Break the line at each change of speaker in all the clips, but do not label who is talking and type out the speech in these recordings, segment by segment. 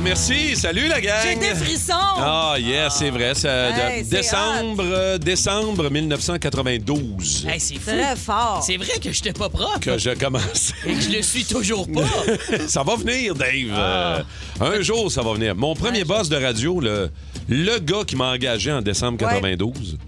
merci. Salut la gang.
J'ai des frissons.
Ah, yes, c'est vrai. ça- de-
Hey, c'est
décembre, euh, décembre 1992
Hey, c'est fou.
Très fort.
C'est vrai que j'étais pas propre
que je commence.
et que je le suis toujours pas.
ça va venir, Dave.
Ah.
Euh, un jour, ça va venir. Mon premier boss de radio, le, le gars qui m'a engagé en décembre
Ouais.
92,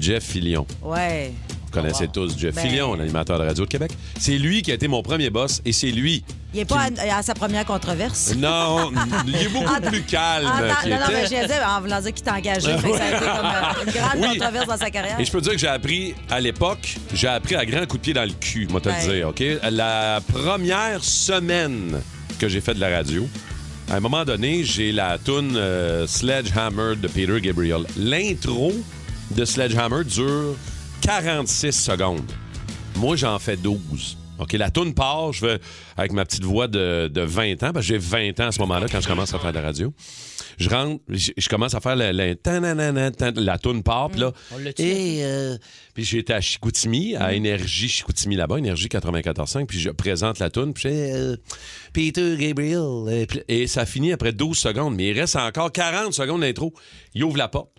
Jeff Fillion.
Ouais.
Vous connaissez tous Jeff
Ben.
Fillion, l'animateur de Radio de Québec. C'est lui qui a été mon premier boss et c'est lui.
Il n'est pas à, à sa première controverse.
Non, il est beaucoup plus calme
Ah, non,
qu'il
non, non,
était.
mais je viens de dire, en voulant dire qu'il t'a engagé, fait que ça a été comme euh, une grande
Oui.
controverse dans sa carrière.
Et je peux te dire que j'ai appris, à l'époque, j'ai appris à grand coup de pied dans le cul, moi te le
Ouais.
dire, OK? La première semaine que j'ai fait de la radio, à un moment donné, j'ai la toune euh, Sledgehammer de Peter Gabriel. L'intro de Sledgehammer dure 46 secondes. Moi, j'en fais 12. OK, la toune part, je vais avec ma petite voix de, de 20 ans, parce que j'ai 20 ans à ce moment-là quand je commence à faire de la radio. Je rentre, je, je commence à faire la, la, tananana, tan- la toune part, puis là,
Mm. On l'a tué. Mm.
et euh, puis j'étais à Chicoutimi, à Énergie Chicoutimi là-bas, Énergie 94.5, puis je présente la toune, puis je fais, euh, Peter Gabriel. euh, puis- Et ça finit après 12 secondes, mais il reste encore 40 secondes d'intro. Il ouvre la porte,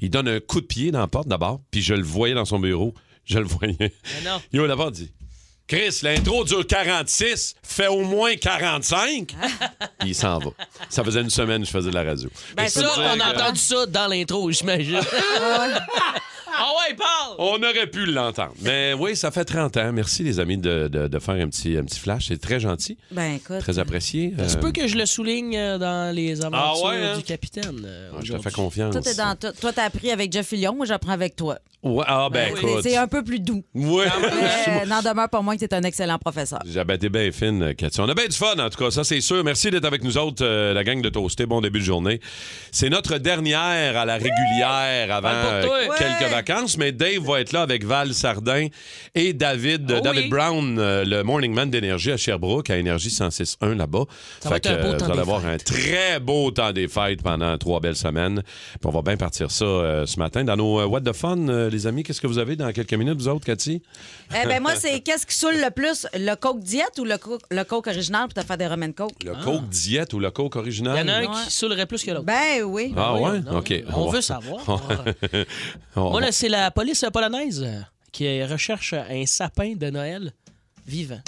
il donne un coup de pied dans la porte d'abord, puis je le voyais dans son bureau, je le voyais.
Mais non.
Il ouvre la porte, il dit Chris, l'intro dure 46, fait au moins 45. il s'en va. Ça faisait une semaine que je faisais de la radio.
Ben
Mais
ça,
c'est-
on a entendu ça dans l'intro, j'imagine. Ah ouais, parle!
On aurait pu l'entendre. Mais oui, ça fait 30 ans. Merci, les amis, de, de- de faire un petit, un petit flash. C'est très gentil,
Ben écoute,
très apprécié.
Ça se
Euh,
peut que je le souligne euh, dans les aventures
Ah ouais, hein?
du capitaine. euh,
je te fais
aujourd'hui.
confiance.
tout est dans tout. Toi, t'as appris avec Jeff Fillion, moi, j'apprends avec toi.
Ouais, ah, ben
Oui.
C'est-
écoute.
C'est un peu plus doux.
Ouais.
Mais n'en demeure pas moins que t'es un excellent professeur.
J'abattais bien fine, euh, Cathy. On a bien du fun, en tout cas, ça c'est sûr. Merci d'être avec nous autres, euh, la gang de Toasté. Bon début de journée. C'est notre dernière à la régulière avant
Parle pour toi.
euh, quelques vacances, mais Dave va être là avec Val Sardin et David, euh,
Oh
David
oui.
Brown, euh, le Morning Man d'Énergie à Sherbrooke, à Énergie 106.1 là-bas.
Ça va
Fait
être un beau
euh,
temps
vous allez
des
avoir un
fêtes.
très beau temps des fêtes pendant trois belles semaines. Puis on va bien partir ça euh, ce matin. Dans nos euh, What the Fun, euh, les amis, qu'est-ce que vous avez dans quelques minutes, vous autres, Cathy?
Eh ben moi, c'est qu'est-ce qui saoule le plus, le Coke diète ou le Coke, le coke original pour te faire des Roman Coke?
Le Coke diète ou le Coke original?
Il y en a un
Ouais.
qui saoulerait plus que l'autre.
Ben oui.
Ah
Voyons
ouais?
donc.
OK.
On
va-
veut savoir.
on-
Moi, là, c'est la police polonaise euh, qui recherche un sapin de Noël vivant.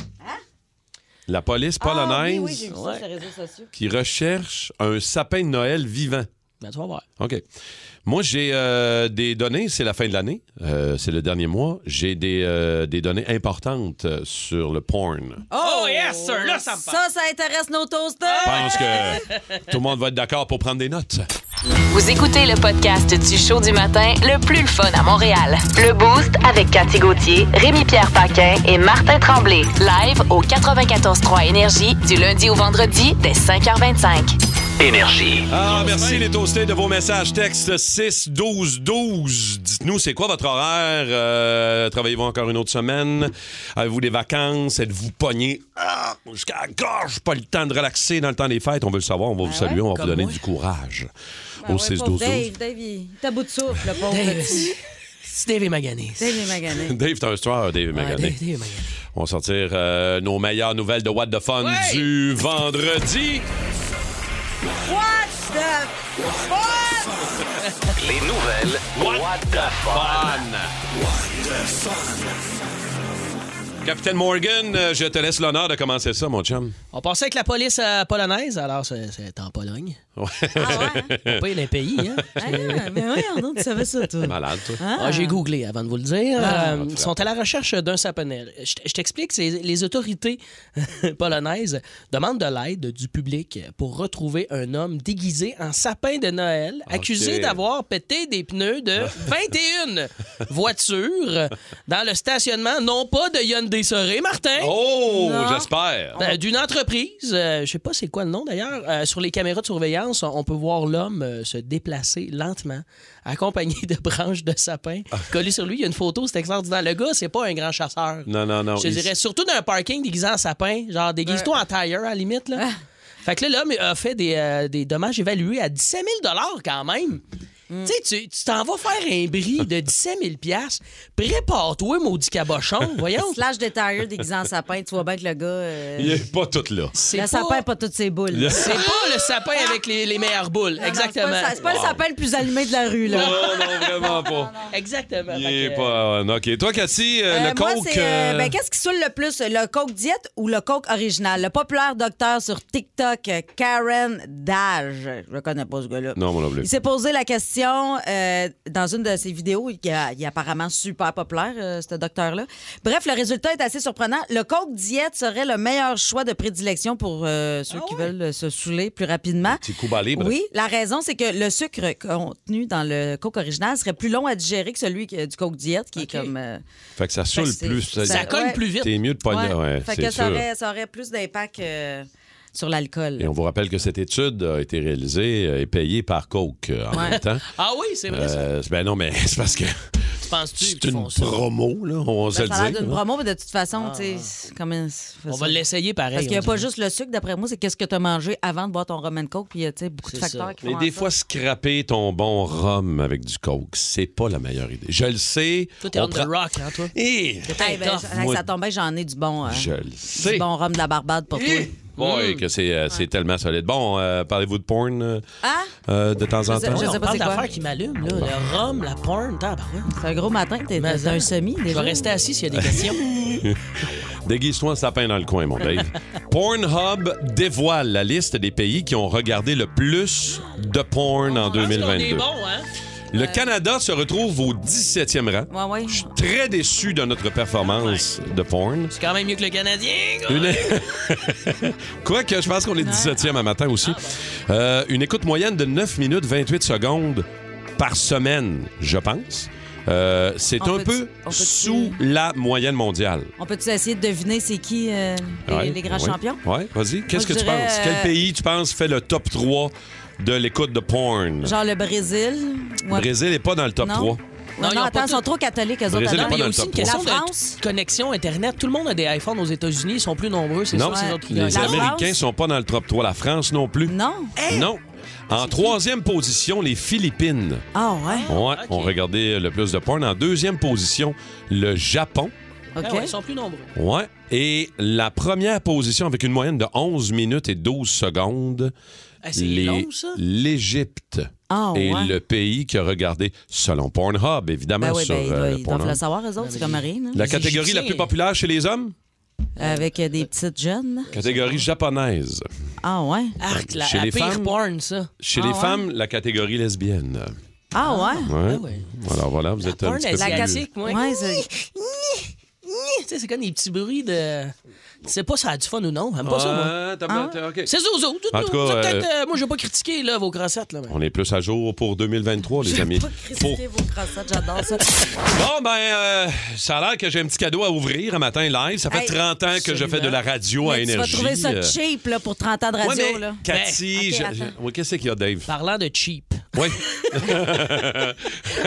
La police
Ah, oui,
polonaise
oui, j'ai vu ça
Ouais.
sur les réseaux sociaux.
qui recherche un sapin de Noël vivant.
Ben, tu vas voir.
OK. Moi, j'ai euh, des données, c'est la fin de l'année, euh, c'est le dernier mois. J'ai des, euh, des données importantes euh, sur le porn.
Oh, yes, sir, là, ça me
Ça, ça intéresse nos toasters.
Je pense que tout le monde va être d'accord pour prendre des notes.
Vous écoutez le podcast du show du matin le plus le fun à Montréal. Le Boost avec Cathy Gauthier, Rémi-Pierre Paquin et Martin Tremblay. Live au 94.3 Énergie du lundi au vendredi dès 5h25.
Énergie.
Ah, merci les toastés de vos messages texte 6 12 12. Dites-nous c'est quoi votre horaire Euh, Travaillez-vous encore une autre semaine Avez-vous des vacances Êtes-vous pogné Ah, jusqu'à la gorge Pas le temps de relaxer dans le temps des fêtes. On veut le savoir. On va vous saluer. on va vous
Comme
donner
moi.
du courage
Ben
au
ouais,
6
pauvre
12 12.
Dave, Dave, il est à bout de souffle, le pauvre petit.
C'est David Magané.
Dave est magané.
Dave, t'es un tueur, Dave
Ouais,
Magané.
Dave- Dave Magané.
On va sortir euh, nos meilleures nouvelles de What the Fun du vendredi.
What the fuck?
Les nouvelles. What the fun?
Capitaine Morgan, euh, je te laisse l'honneur de commencer ça, mon chum.
On passait avec la police euh, polonaise, alors c'est c'est en Pologne.
Ouais.
Ah ouais?
Pas pire d'un pays, hein?
Ah, mais voyons donc, tu savais ça, toi.
Malade, toi.
Ah, j'ai googlé avant de vous le dire. Euh,
notre
ils sont à la recherche d'un saponel. Je t- je t'explique, c'est les autorités polonaises demandent de l'aide du public pour retrouver un homme déguisé en sapin de Noël, accusé
Ok.
d'avoir pété des pneus de 21 voitures dans le stationnement, non pas de Hyundai Soré, Martin.
Oh, j'espère.
Euh, D'une entreprise, euh, je sais pas c'est quoi le nom d'ailleurs, euh, sur les caméras de surveillance, on on peut voir l'homme euh, se déplacer lentement, accompagné de branches de sapin.
Ah.
Collé sur lui, il y a une photo, c'est extraordinaire. Le gars, c'est pas un grand chasseur.
Non, non, non.
Je te
Il-
dirais, surtout d'un parking déguisé en sapin, genre déguise-toi en tire à la limite. Là. Fait que là, l'homme a fait des, euh, des dommages évalués à 17 000 quand même. Tu sais, tu- tu t'en vas faire un bris de 17 000 piastres. Prépare-toi, maudit cabochon, voyons.
Slash des tires déguisé en sapin. Tu vois bien que le gars. euh,
Il est pas tout là.
C'est
le
pas-
sapin n'a pas toutes ses boules. Non,
C'est pas le sapin avec les, les meilleures boules.
non,
Exactement.
c'est pas le- C'est pas, le sapin le plus allumé de la rue,
Non,
là.
non, vraiment pas.
Exactement.
Il
Fait
est
que,
pas. on. OK. Toi, Cathy, euh,
Euh,
le
moi,
coke.
c'est, euh,
euh,
ben, qu'est-ce qui saoule le plus, le coke diète ou le coke original? Le populaire docteur sur TikTok, euh, Karen Dage. Je connais pas ce gars-là.
Non, mon non plus.
Il s'est posé la question euh, dans une de ses vidéos. Il, a- il est apparemment super populaire, euh, ce docteur-là. Bref, le résultat est assez surprenant. Le coke diète serait le meilleur choix de prédilection pour euh,
Ah
ceux qui veulent euh, se saouler plus rapidement.
Petit coup bas libre.
Oui, la raison, c'est que le sucre contenu dans le coke original serait plus long à digérer que celui que- du coke diète, qui est comme... euh,
Fait que ça
que
saoule
c'est-
plus.
Ça
Ça-
cogne
Ben, ouais.
plus vite.
T'es mieux de pas.
Ouais.
Ouais, c'est
fait que ça
sûr.
aurait, ça aurait plus d'impact euh, sur l'alcool.
Et on vous rappelle que cette étude a été réalisée euh, et payée par Coke euh, en
Ouais.
même temps.
Ah oui, c'est vrai. ça.
Euh, ben non, mais c'est parce que
Tu penses-tu
c'est
qu'ils
une
font ça?
promo, là, on va se
Ben, ça a
le
l'air
dire.
d'une
hein.
promo, mais de toute façon, tu sais, comme un-
Ah. On va l'essayer pareil.
Parce qu'il n'y a
on
pas
dirait.
juste le sucre, d'après moi, c'est qu'est-ce que tu as mangé avant de boire ton rum and coke, puis il y a tu sais, beaucoup de
C'est
facteurs
ça.
qui
Mais
font
des
en
fois, scraper ton bon rhum avec du Coke, c'est pas la meilleure idée. Je le sais.
Toi, t'es
on
on the
prend-
rock, hein, toi?
Eh,
sorte. Hey, ben,
tough,
ça-
moi.
ça tombe bien, j'en ai du bon, euh,
je le
du
sais. Eh!
bon Mm. rhum de la Barbade pour toi.
Oui, que c'est euh, c'est tellement solide. Bon, euh, parlez-vous de porn euh,
Ah,
euh, de temps en
sais-
temps?
je
Ouais,
sais
on
pas
parle
c'est quoi.
d'affaires qui m'allument, là. Le rhum, la porn, tabarouette.
c'est un gros matin, t'es
Mais
dans
ça.
un semi
Je
déjà.
vais rester assis s'il y a des questions.
Déguise-toi en sapin dans le coin, mon Dave. Pornhub dévoile la liste des pays qui ont regardé le plus de porn
Ah,
en
On est
2022.
bon, hein?
Le Canada se retrouve au 17e rang.
Ouais, ouais.
Je suis très déçu de notre performance de porn.
C'est quand même mieux que le Canadien, gars.
Une... Quoique, je pense qu'on est 17e à matin aussi. Euh, une écoute moyenne de 9 minutes 28 secondes par semaine, je pense. Euh, c'est
On
un
peut-
peu
on peut-
sous la moyenne mondiale.
On peut-tu essayer de deviner c'est qui euh, les,
Ouais,
les grands
ouais.
champions?
Ouais, vas-y. Qu'est-ce que
Moi, je
tu
dirais,
penses? Quel
euh,
pays tu penses fait le top 3 de l'écoute de porn?
Genre le Brésil?
Le
Ouais.
Brésil n'est pas dans le top
Non.
3.
Non,
Non, ils
non,
ont
attends,
pas
ils sont
tout-
trop catholiques, eux autres.
Brésil est
là-dedans.
pas
Il y
dans
a
le
aussi
top
une
trois.
question
La France?
de connexion Internet. Tout le monde a des iPhones aux États-Unis. Ils sont plus nombreux, c'est
Non,
sûr. c'est autres qui
les
gagnent.
La
Américains
France? Hein?
sont pas dans le top 3. La France non plus.
Non?
Non. En troisième position, les Philippines.
Ah ouais?
Ouais,
ok.
on regardait le plus de porn. En deuxième position, le Japon.
Ah
OK.
ouais, ils sont plus nombreux.
Ouais. Et la première position, avec une moyenne de 11 minutes et 12 secondes,
Ah, c'est
les-
long, ça?
l'Égypte.
Ah
Et
ouais.
le pays qui a regardé, selon Pornhub, évidemment,
Ben oui,
sur
ben, ils
euh,
doivent- ils doivent
Pornhub.
le savoir, eux autres, c'est
Ah, ben,
comme rien. hein.
La
Les
catégorie la
Égyptiens.
plus populaire chez les hommes?
Avec euh, des petites jeunes.
Catégorie japonaise.
Ah ouais?
Arc, la,
Chez
la
les
pire
femmes?
porn, ça.
Chez
Ah
les
ouais?
femmes, la catégorie lesbienne.
Ah ouais?
Ouais.
Ah ouais.
Alors voilà, vous êtes un
Porn
petit peu
asiatique,
plus-
moi.
Ouais, c'est-
Tu sais, c'est comme des petits bruits de. Tu sais pas si ça a du fun ou non. J'aime pas ça, moi.
Ah, t'as- t'as- ok.
C'est zozo. Tout
En
nous.
tout cas,
Ça, peut-être,
euh,
euh, moi, j'ai pas critiqué là, vos grossettes. Là, mais-
On est plus à jour pour 2023, les amis.
Pas critiquer vos crossettes, j'adore ça.
Bon, ben, euh, ça a l'air que j'ai un petit cadeau à ouvrir un matin live. Ça fait
Hey,
30 ans que je fais de la radio à
Mais tu vas
énergie.
trouver ça
Euh,
cheap là, pour 30 ans de radio.
ouais, mais
là.
Cathy,
Ben, ok,
je-
attends.
je- ouais, qu'est-ce qu'il y a, Dave?
Parlant de cheap.
Oui,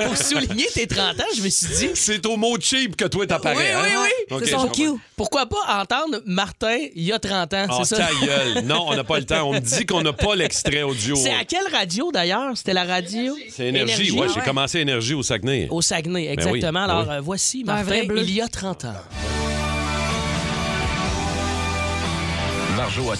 Pour souligner tes 30 ans, je me suis dit.
c'est au mot cheap que toi t'apparais.
Oui, oui,
hein?
oui.
Ok,
C'est
je
son
comprends.
cue.
Pourquoi pas entendre Martin il y a 30 ans?
Oh,
c'est ça?
ta gueule. Non, on n'a pas le temps. On me dit qu'on n'a pas l'extrait audio.
C'est à quelle radio d'ailleurs? C'était la radio?
C'est énergie. Ouais, j'ai commencé énergie au Saguenay.
Au Saguenay, exactement.
oui, Ben
Alors
oui.
euh, voici
Un vrai
Martin
bleu.
il y a 30 ans.
Marjo à 6h29.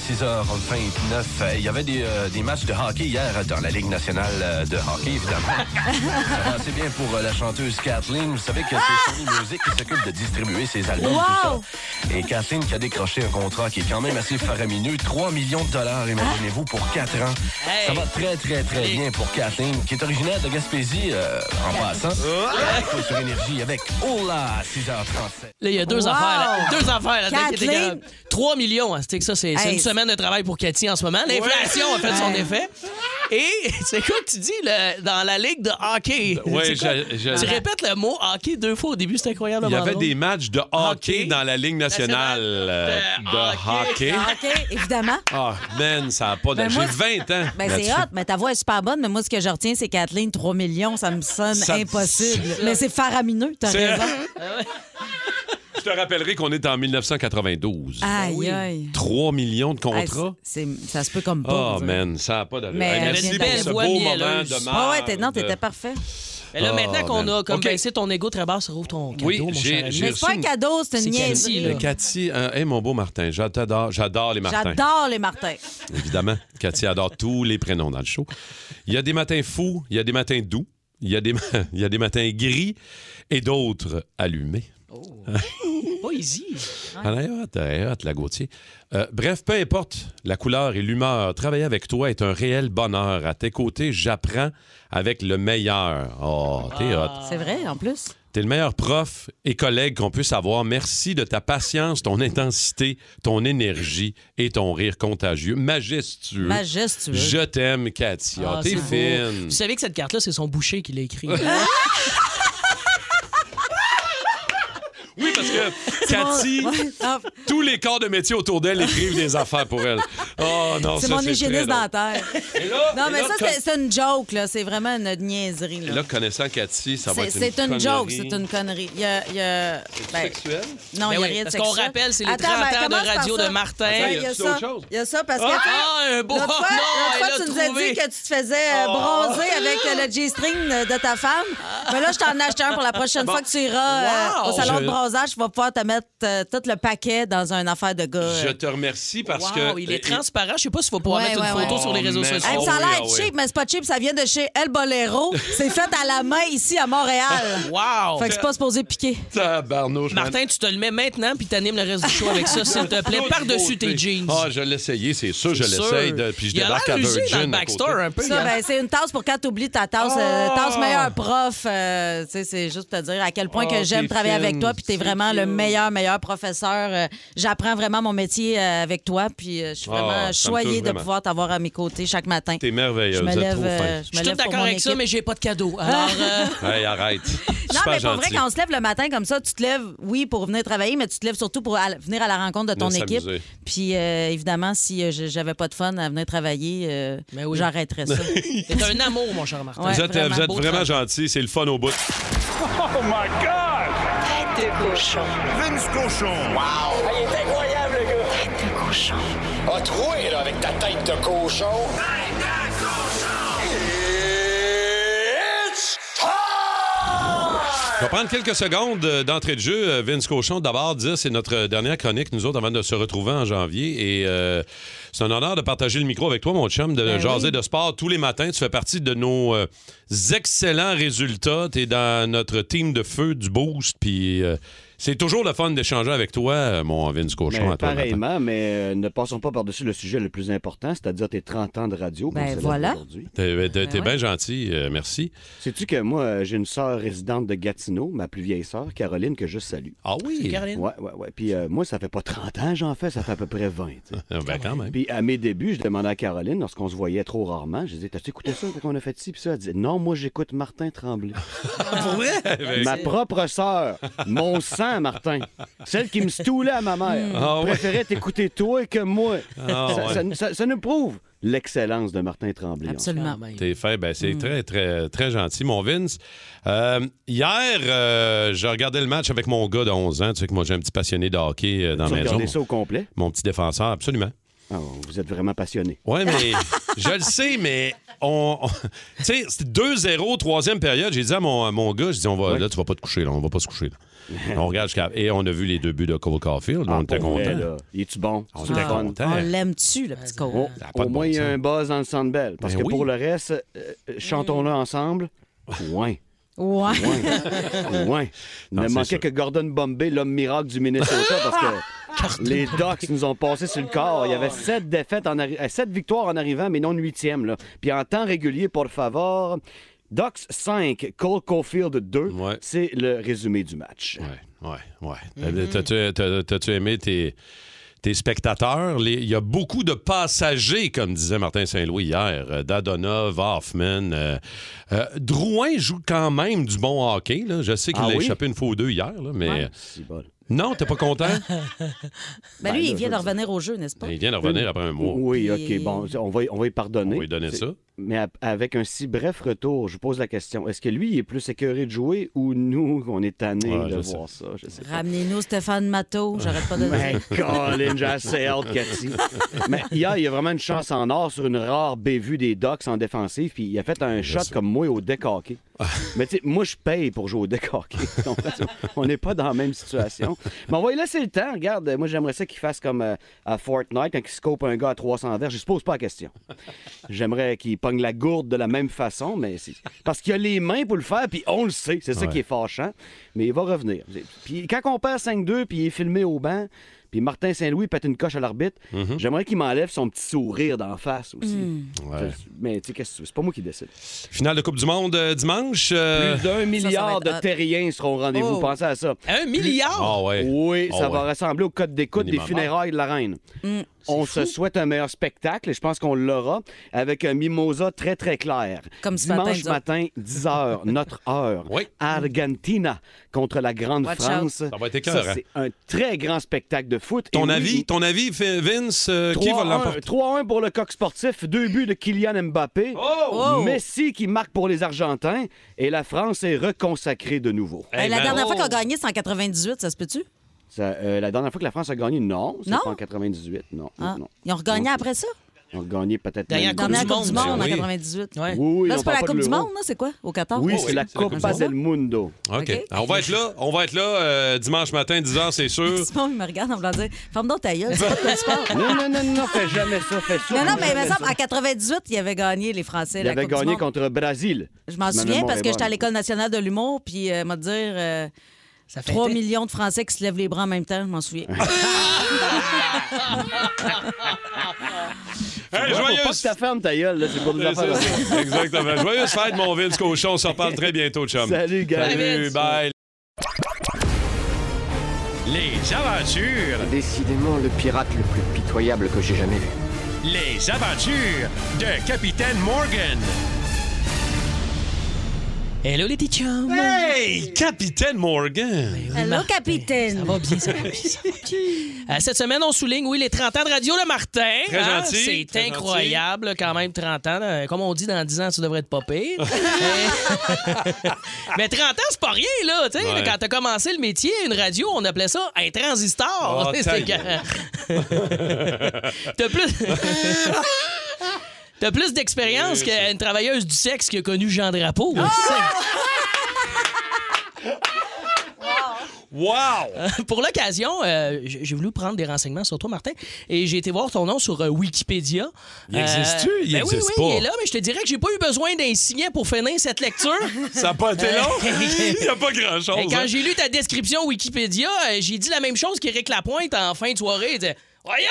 Euh, Il y avait des, euh, des matchs de hockey hier euh, dans la Ligue nationale euh, de hockey, évidemment. Ça passait bien pour euh, la chanteuse Kathleen. Vous savez que c'est Sony Music qui s'occupe de distribuer ses albums.
Wow!
Tout ça. Et Kathleen qui a décroché un contrat qui est quand même assez faramineux. 3 millions de dollars, imaginez-vous, pour 4 ans.
Hey!
Ça va très, très, très bien pour Kathleen, qui est originaire de Gaspésie, euh, en passant. Écoute sur Énergie avec Ola à 6h37.
Là, il y a deux
Wow!
affaires. là. Deux affaires. Là,
Kathleen!
dedans qui étaient graves. 3 millions. hein. C'est que ça, c'est c'est
Hey,
une
c'est-
semaine de travail pour Cathy en ce moment. L'inflation a fait son
Ouais.
effet. Et c'est quoi que tu dis le- dans la ligue de hockey?
Ben Ouais,
C'est quoi?
je- je-
Tu répètes le mot hockey deux fois au début, c'est incroyable.
Il y avait
drôle.
des matchs de hockey
Hockey.
dans la Ligue nationale euh,
De
de hockey.
hockey.
OK, évidemment.
Ah, man, ça n'a pas de...
Ben,
J'ai
moi,
20 ans.
Ben, c'est
là-dessus.
hot, mais ta voix est super bonne, mais moi, ce que je retiens, c'est Kathleen, 3 millions, ça me sonne
Ça-
impossible. Mais c'est faramineux, t'as
C'est-
raison.
Je te rappellerai qu'on est en 1992.
Aïe, aïe.
3 millions de
Hey,
contrats.
c'est- c'est- ça se peut comme pas.
Oh, man, ça n'a pas d'allure.
Mais euh,
Hey,
elle
merci
vient
pour
d'aller.
ce
Voix
beau moment
mielleuse.
de
Ah ouais,
marde.
t'es- non, t'étais parfait.
Mais là,
Oh,
maintenant qu'on
man.
a comme
OK.
baissé ton ego très bas, rouvre ton cadeau,
Oui,
mon
j'ai-
cher ami.
j'ai
Mais c'est pas
reçu
un cadeau, c'est
C'est
une
Cathy,
niaiserie.
là.
là.
Cathy, euh, hey, mon beau Martin, j'adore, j'adore les Martins.
J'adore les Martins.
Évidemment, Cathy adore tous les prénoms dans le show. Il y a des matins fous, il y a des matins doux, il y a des, ma- il y a des matins gris et d'autres allumés.
Pas easy.
Ah, elle est hot, elle est hot, la Gauthier. Euh, bref, peu importe la couleur et l'humeur, travailler avec toi est un réel bonheur. À tes côtés, j'apprends avec le meilleur. Oh, t'es hot.
C'est vrai, en plus.
T'es le meilleur prof et collègue qu'on puisse avoir. Merci de ta patience, ton intensité, ton énergie et ton rire contagieux. Majestueux.
Majestueux.
Je t'aime, Cathy. Ah,
Ah,
t'es
c'est beau.
fine.
Vous savez que cette carte-là, c'est son boucher qui l'a écrit.
Oui, parce que Cathy,
Ouais, ah,
tous les corps de métier autour d'elle écrivent des affaires pour elle. Oh non,
C'est
ça,
mon
très
hygiéniste
drôle.
dentaire.
Et là-
Non,
et
mais
là,
ça,
comme-
c'est- c'est une joke, là. C'est vraiment une niaiserie,
Et là,
là.
connaissant Cathy, ça va
C'est
être une
c'est une,
connerie.
joke, c'est une connerie. Il y a. il y a- ben,
Sexuelle?
Ben
non, il n'y a
oui,
rien de
parce qu'on
sexuel.
rappelle, c'est les
Attends,
30 ans de
commence par
radio
ça.
de Martin.
Attends,
Y
Il y a
a-tu
ça.
autre chose?
Il y a ça parce que.
Ah, un beau.
L'autre fois,
non,
l'autre fois,
elle l'a
tu nous as
trouvé. Ah.
dit que tu te faisais euh, bronzer avec euh, le G-string euh, de ta femme. Mais là, je t'en achète un pour la prochaine fois que tu iras euh,
Ah. Wow!
au salon
Je-
de bronzage. Tu vas pouvoir te mettre euh, tout le paquet dans une affaire de gars. euh.
Je te remercie parce
Wow,
que.
il est transparent. Je sais pas s'il va pouvoir
Ouais,
mettre
ouais,
une photo
ouais.
sur les réseaux
Oh, man.
sociaux.
Hey, puis ça a
oui,
l'air
ah oui.
cheap, mais c'est pas cheap. Ça vient de chez El Bolero. c'est fait à la main ici à Montréal.
Wow!
Fait que c'est pas supposé piquer.
Tabarnouche, man.
Martin, tu te le mets maintenant puis t'animes le reste du show avec ça, s'il te plaît,
Toute
par-dessus tes
beauté.
jeans.
Ah, je l'ai essayé, c'est sûr, je
C'est
l'essaye.
sûr.
de- Puis je
Il a
débarque
l'air
avec
usé
un
dans le
jeune. à côté.
backstore un peu. il
Ça,
a-
ben, c'est une tasse pour quand t'oublies ta tasse. euh,
Oh!
tasse meilleur prof. euh, tu sais, c'est juste pour te dire à quel point
Oh,
que j'aime
t'es
travailler
fine,
avec toi. Puis t'es
c'est
vraiment le
cute.
meilleur, meilleur professeur. Euh, J'apprends vraiment mon métier euh, avec toi. Puis euh, je suis
Oh,
vraiment
ça me touche
choyée de
vraiment.
pouvoir t'avoir à mes côtés chaque matin.
T'es merveilleuse,
Je me
vous êtes
lève,
trop
euh,
fin.
Je
me
suis
lève
tout
pour
d'accord
mon
avec ça,
équipe.
mais j'ai pas de cadeau. Alors, euh,
Hey, arrête.
Non,
Super
mais pour vrai,
gentil.
quand on se lève le matin comme ça, tu te lèves, oui, pour venir travailler, mais tu te lèves surtout pour al- venir à la rencontre de ton
Venir
équipe.
s'amuser.
Puis euh, évidemment, si euh, je- j'avais pas de fun à venir travailler, euh,
Ben oui.
j'arrêterais ça.
t'es un amour, mon cher Martin.
Ouais,
vous êtes euh,
vraiment
vous êtes
beau
vraiment
travail.
gentil, c'est le fun au bout.
Tête de cochon.
Vince Cochon.
Ah, il est incroyable, le gars!
Tête de cochon.
A troué, là, avec ta tête de cochon. Tête de cochon! It's time!
Je vais prendre quelques secondes euh, d'entrée de jeu. Euh, Vince Cochon, d'abord, dire c'est notre euh, dernière chronique, nous autres, avant de se retrouver en janvier. Et euh, c'est un honneur de partager le micro avec toi, mon chum, de jaser de sport tous les matins. Tu fais partie de nos euh, excellents résultats. Tu es dans notre team de feu du Boost. Puis euh, c'est toujours le fun d'échanger avec toi, euh, mon Vince Cochon.
Mais
à toi, le matin.
pareillement, mais euh, ne passons pas par-dessus le sujet le plus important, c'est-à-dire tes 30 ans de radio. qu'on
Ben
célèbre
voilà.
aujourd'hui.
T'es, t'es- t'es
Ben
ouais.
bien gentil, euh, merci.
Sais-tu que moi, euh, j'ai une sœur résidente de Gatineau, ma plus vieille sœur, Caroline, que je salue.
Ah oui?
Caroline.
Ouais, ouais, ouais. Puis euh, moi, ça fait pas 30 ans, j'en fais, ça fait à peu près 20. tu sais.
Ah, ben, quand même.
Puis à mes débuts, je demandais à Caroline, lorsqu'on se voyait trop rarement, je disais, t'as-tu écouté ça qu'on a fait ci? Puis ça, elle disait, non, moi, j'écoute Martin Tremblay. Ah,
Ben,
ma propre sœur, mon sang, Martin, celle qui me stoulait à ma mère,
Ah ouais.
préférait t'écouter toi que moi.
Ah
ça,
ouais.
ça- ça- ça nous prouve l'excellence de Martin Tremblay.
Absolument.
T'es fin, ben, c'est très, très, très gentil, mon Vince. Euh, hier, euh, je regardais le match avec mon gars de 11 ans. Tu sais que moi, j'ai un petit passionné de hockey euh, dans
Tu
la maison.
regardais ça au complet?
Mon petit défenseur, absolument.
Ah, vous êtes vraiment passionné.
Oui, mais je le sais, mais on. on- tu sais, c'était 2-0, troisième période. J'ai dit à mon, à mon gars, je dis, on va, là, tu vas pas te coucher, là, on va pas se coucher. là. on regarde jusqu'à. Et on a vu les deux buts de Cole Caulfield. Ah, on était
Ah, pour vrai,
contents.
là. Ah. Il est-tu bon?
On
C'est-tu
était
le fun?
contents. Oh,
On l'aime-tu, le petit con?
Au-
Ça a pas
au
de
moins,
bon
il y a
sens.
un buzz dans le centre belle. Parce
Ben
que
oui.
pour le reste, euh, euh, chantons-le ensemble. Ouais.
Ouais.
Ouais. ouais. Il
Non,
ne
c'est
manquait
sûr.
que Gordon Bombay, l'homme miracle du Minnesota, parce que les Ducks nous ont passé sur le corps. Il y
Oh.
avait sept défaites, en arri- euh, sept victoires en arrivant, mais non huitième. Là. Puis en temps régulier, pour favor, Ducks 5, Cole Caulfield 2.
Ouais.
C'est le résumé du match.
Ouais, ouais, ouais. T'as-tu- t'as- T'as-tu aimé tes, tes spectateurs? Les- Il y a beaucoup de passagers, comme disait Martin Saint-Louis hier. Euh, Dadonov, Hoffman. euh, euh, Drouin joue quand même du bon hockey. Là. Je sais qu'il
Ah
a
oui?
échappé une fois ou deux hier, là, mais... euh,
C'est Ah, bon.
Non, t'es pas content?
Ben lui,
là,
il vient
je
de
veux dire.
revenir au jeu, n'est-ce pas?
Il vient de revenir après un mois.
Oui,
Puis-
OK, bon, on va, y- on va y pardonner.
On va lui donner
C'est-
ça.
mais a- avec un si bref retour, je vous pose la question. Est-ce que lui, il est plus écœuré de jouer ou nous, on est tannés
Ouais,
de
je sais.
voir ça? Je sais pas.
Ramenez-nous Stéphane Matteau, j'arrête pas de le
Mais
dire.
Colin, j'ai assez hâte, Cathy. Mais hier, il y a vraiment une chance en or sur une rare bévue des Ducks en défensive, puis il a fait un shot comme moi au deck hockey. Mais tu sais, moi, je paye pour jouer au deck hockey. on n'est pas dans la même situation. Mais on va lui laisser le temps. Regarde, moi, j'aimerais ça qu'il fasse comme euh, à Fortnite, quand il scope un gars à 300 verres. Je ne pose pas la question. J'aimerais qu'il pogne la gourde de la même façon, mais c'est parce qu'il a les mains pour le faire, puis on le sait. C'est ça qui est fâchant. Mais il va revenir. Puis quand on perd 5-2, puis il est filmé au banc, puis Martin Saint-Louis pète une coche à l'arbitre,
Mhm.
j'aimerais qu'il m'enlève son petit sourire d'en face aussi.
Hmm.
Ouais.
Mais tu sais, qu'est-ce que tu veux? C'est pas moi qui décide.
Finale de Coupe du Monde euh, dimanche. euh,
Plus d'un milliard
va être
de terriens seront au rendez-vous.
Oh.
Pensez à ça.
Un milliard!
Ah ouais.
Oui,
Ah
ça
ouais.
va ressembler au code d'écoute des
Minimum.
funérailles de la reine.
Hmm.
On se souhaite un meilleur spectacle et je pense qu'on l'aura avec un mimosa très, très clair.
Comme ce matin,
Dimanche
nous autres.
matin, 10 h, notre heure.
Oui.
Argentina contre la Grande
Watch out.
France.
Ça va être écœurant.
Ça, C'est un très grand spectacle de foot. Et
Ton
oui,
avis, ton avis, Vin- Vince, euh, qui va
3-1,
l'emporter?
3-1 pour le coq sportif, deux buts de Kylian Mbappé,
Oh!
Messi qui marque pour les Argentins et la France est reconsacrée de nouveau.
Hey, Ben, la
man.
dernière fois qu'on a gagné, c'est en 98, ça se peut-tu?
Ça, euh, la dernière fois que la France a gagné, non, c'est
Non?
pas en 98, non,
Ah.
non.
Ils ont regagné
Non.
après ça?
On a gagné peut-être.
Dernière
même
Coupe
Dans
du
la
deux.
Coupe du
Monde,
Monde en
oui.
98.
Ouais.
Oui, oui,
Là,
on parle
c'est pas la
de
Coupe du
l'Euro.
Monde, là, c'est quoi? Au Qatar?
Oui,
Oh,
c'est la Copa
Monde.
del Mundo.
OK.
OK.
Alors, on va être là, on va être là euh, dimanche matin, 10h, c'est sûr.
Simon, il me regarde en voulant dire Ferme donc ta gueule, c'est pas de quoi tu parles.
Non, non, non, non, fais jamais ça, fais ça.
Non, non, mais il
jamais
me semble
ça.
en 98, ils avaient gagné les Français.
Il
la
avait
Coupe du
gagné
Monde.
contre Brésil.
Je m'en
Ma
souviens
mémoire
parce
est
que j'étais à
bonne.
l'École nationale de l'humour, puis euh, m'a dit euh,
Ça fait
3 millions de Français qui se lèvent les bras en même temps, je m'en souviens.
Hey,
Ouais, faut pas que
joyeuse!
ta ferme ta gueule, là, c'est pour nous
C'est
affaires.
ça. Exactement. Joyeuse fête, mon Vince Cochon. On s'en parle très bientôt, chum.
Salut, gars.
Salut, bye. Les aventures,
Décidément le pirate le plus pitoyable que j'ai jamais vu.
les aventures de Capitaine Morgan.
Hello, les petits chums!
Hey, Capitaine Morgan.
Hello,
Martin. Ça
capitaine.
va bien, ça va bien, ça va bien. Euh, Cette semaine, on souligne, oui, les 30 ans de Radio Le Martin. hein?
Très gentil,
C'est
très
incroyable, quand même, 30 ans. là. Comme on dit, dans 10 ans, tu devrais être pas pire. Mais- Mais 30 ans, c'est pas rien, là. Tu sais,
Ouais.
Quand t'as commencé le métier, une radio, on appelait ça un
Oh,
transistor. C'est
ta
quand- T'as plus... T'as plus d'expérience qu'une travailleuse du sexe qui a connu Jean Drapeau.
Ah! Wow!
Pour l'occasion, euh, j'ai j'ai voulu prendre des renseignements sur toi, Martin, et j'ai été voir ton nom sur euh, Wikipédia.
Il existe-tu? Il
ben oui,
existe
oui,
pas.
il est là, mais je te dirais que j'ai pas eu besoin d'un signet pour finir cette lecture.
Ça n'a pas été long? Il n'y a pas
Et
grand-chose.
quand
hein?
j'ai lu ta description Wikipédia, euh, j'ai dit la même chose qu'Éric Lapointe en fin de soirée. Il disait, Voyons,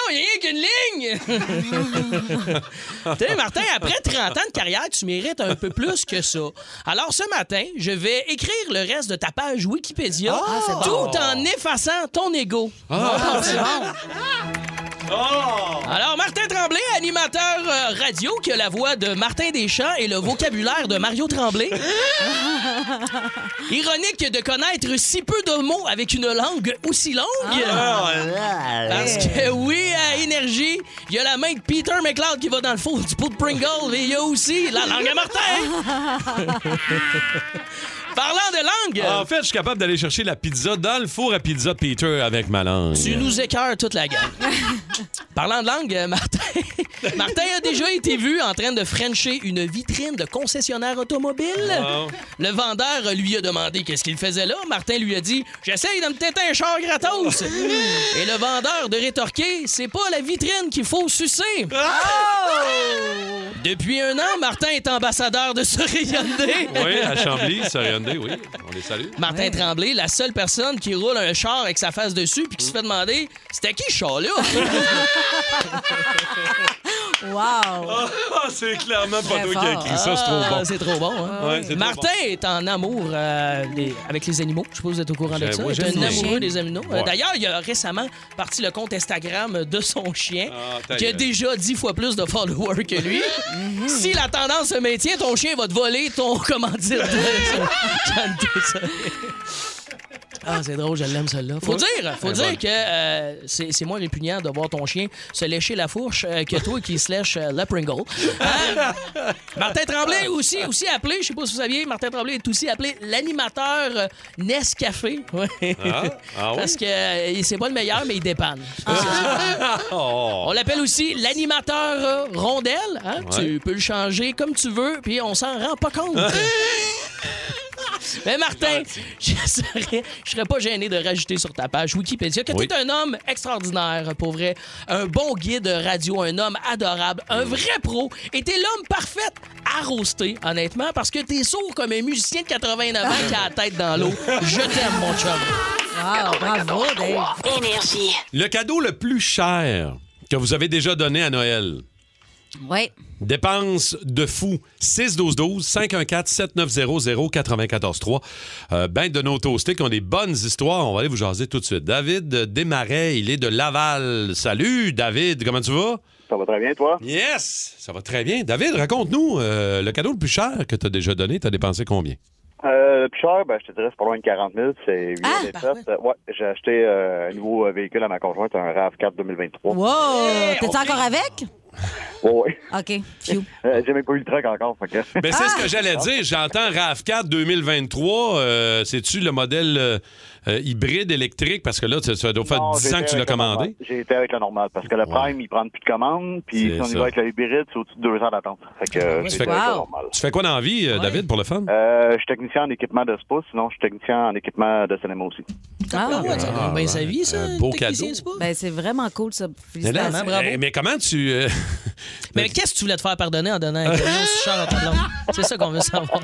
il n'y a rien qu'une ligne! tu sais, Martin, après 30 ans de carrière, tu mérites un peu plus que ça. Alors, ce matin, je vais écrire le reste de ta page Wikipédia tout en effaçant ton ego. Ah, c'est bon. Alors, Martin Tremblay, animateur euh, radio qui a la voix de Martin Deschamps et le vocabulaire de Mario Tremblay. Ironique de connaître si peu de mots avec une langue aussi longue.
Ah,
Parce que oui, à Énergie, il y a la main de Peter McLeod qui va dans le fond du pot de Pringle et il y a aussi la langue à Martin. Parlant de langue,
En fait, je suis capable d'aller chercher la pizza dans le four à pizza Peter avec ma langue.
tu nous écœures toute la gueule. Parlant de langue, euh, Martin, Martin a déjà été vu en train de frencher une vitrine de concessionnaire automobile.
Wow.
Le vendeur lui a demandé qu'est-ce qu'il faisait là. Martin lui a dit J'essaye de me têter un char gratos. Et le vendeur de rétorquer C'est pas la vitrine qu'il faut sucer. Depuis un an, Martin est ambassadeur de ce Hyundai.
Oui, à Chambly, sur Hyundai, oui. On les salue.
Martin Tremblay, la seule personne qui roule un char avec sa face dessus puis qui se fait demander C'était qui ce char-là
Wow.
Ah, c'est clairement pas
Très
toi qui as écrit ça, c'est trop
Ah,
bon.
C'est trop bon, hein?
Ouais, c'est trop
Martin est en amour euh, les- avec les animaux. Je suppose que vous êtes au courant de
J'aime-
ça.
moi,
Il est
j'aime
un
les
amoureux
chiens.
des animaux. Euh,
Ouais.
D'ailleurs, il a récemment parti le compte Instagram de son chien,
Ah, ta
qui a
gueule.
déjà dix fois plus de followers que lui. si la tendance se maintient, ton chien va te voler ton comment dire. de- J'aime tout ça. Ah, c'est drôle, je l'aime celle-là. Faut dire, faut dire que euh, c'est c'est moins répugnant de voir ton chien se lécher la fourche euh, que toi qui se lèche euh, la Pringle. Hein? Martin Tremblay aussi, aussi appelé, je sais pas si vous saviez, Martin Tremblay est aussi appelé l'animateur euh, Nescafé. Ouais.
Ah, ah oui?
Parce que euh, il- c'est pas le meilleur, mais il dépanne.
Oh.
On l'appelle aussi l'animateur euh, rondelle. hein.
Ouais.
Tu peux le changer comme tu veux, puis on s'en rend pas compte. Mais Martin, je serais, je serais pas gêné de rajouter sur ta page Wikipédia que
Oui.
tu es un homme extraordinaire, pour vrai. Un bon guide radio, un homme adorable, un
Mm.
vrai pro. Et t'es l'homme parfait à roaster, honnêtement, parce que t'es sourd comme un musicien de 89 ans qui a la tête dans l'eau. Je t'aime, mon chum.
Ah, bravo, Dave.
Énergie.
Le cadeau le plus cher que vous avez déjà donné à Noël.
Oui.
Dépense de fou. 6-12-12, 514-7900-943. Euh, ben de nos toastés qui ont des bonnes histoires. On va aller vous jaser tout de suite. David Desmarais, il est de Laval. Salut, David. Comment tu vas?
Ça va très bien, toi?
Yes! Ça va très bien. David, raconte-nous euh, le cadeau le plus cher que tu as déjà donné. Tu as dépensé combien?
Euh, le plus cher, ben, je te dirais, c'est pas loin de 40 000. C'est 8
Ah,
000 et
bah
sept. Euh, ouais, j'ai acheté euh, un nouveau euh, véhicule à ma conjointe, un RAV4 2023.
Wow! T'es-tu encore avec?
Oh, ouais.
OK. Phew.
Euh, j'ai même pas eu le truck encore. Fait que...
Ben, c'est ce que j'allais dire. J'entends RAV4 2023. euh, C'est-tu le modèle euh, euh, hybride électrique? Parce que là, ça ça doit faire
Non,
10
j'ai
ans que
été
tu l'as
avec le
commandé.
normal. J'ai été avec le normal parce que le Prime, il prend plus de commandes. Puis
C'est
si on y
ça.
va avec le hybride, c'est au-dessus de deux ans d'attente. Fait que euh, j'ai
Fait
été
que-
avec le
Ah, Wow.
normal.
Tu fais quoi dans la vie, euh, David, pour le fun?
Euh, je suis technicien en équipement de spa, sinon je suis technicien en équipement de cinéma aussi.
Ah,
ouais, ça donne bien sa vie, ça.
un beau
technicien,
cadeau.
c'est pas?
ben, c'est vraiment cool, ça.
Mais, là,
Félicitations.
bravo.
eh, mais comment tu. euh,
Mais qu'est-ce que tu voulais te faire pardonner en donnant un camion si cher à ton blonde? C'est ça qu'on veut savoir.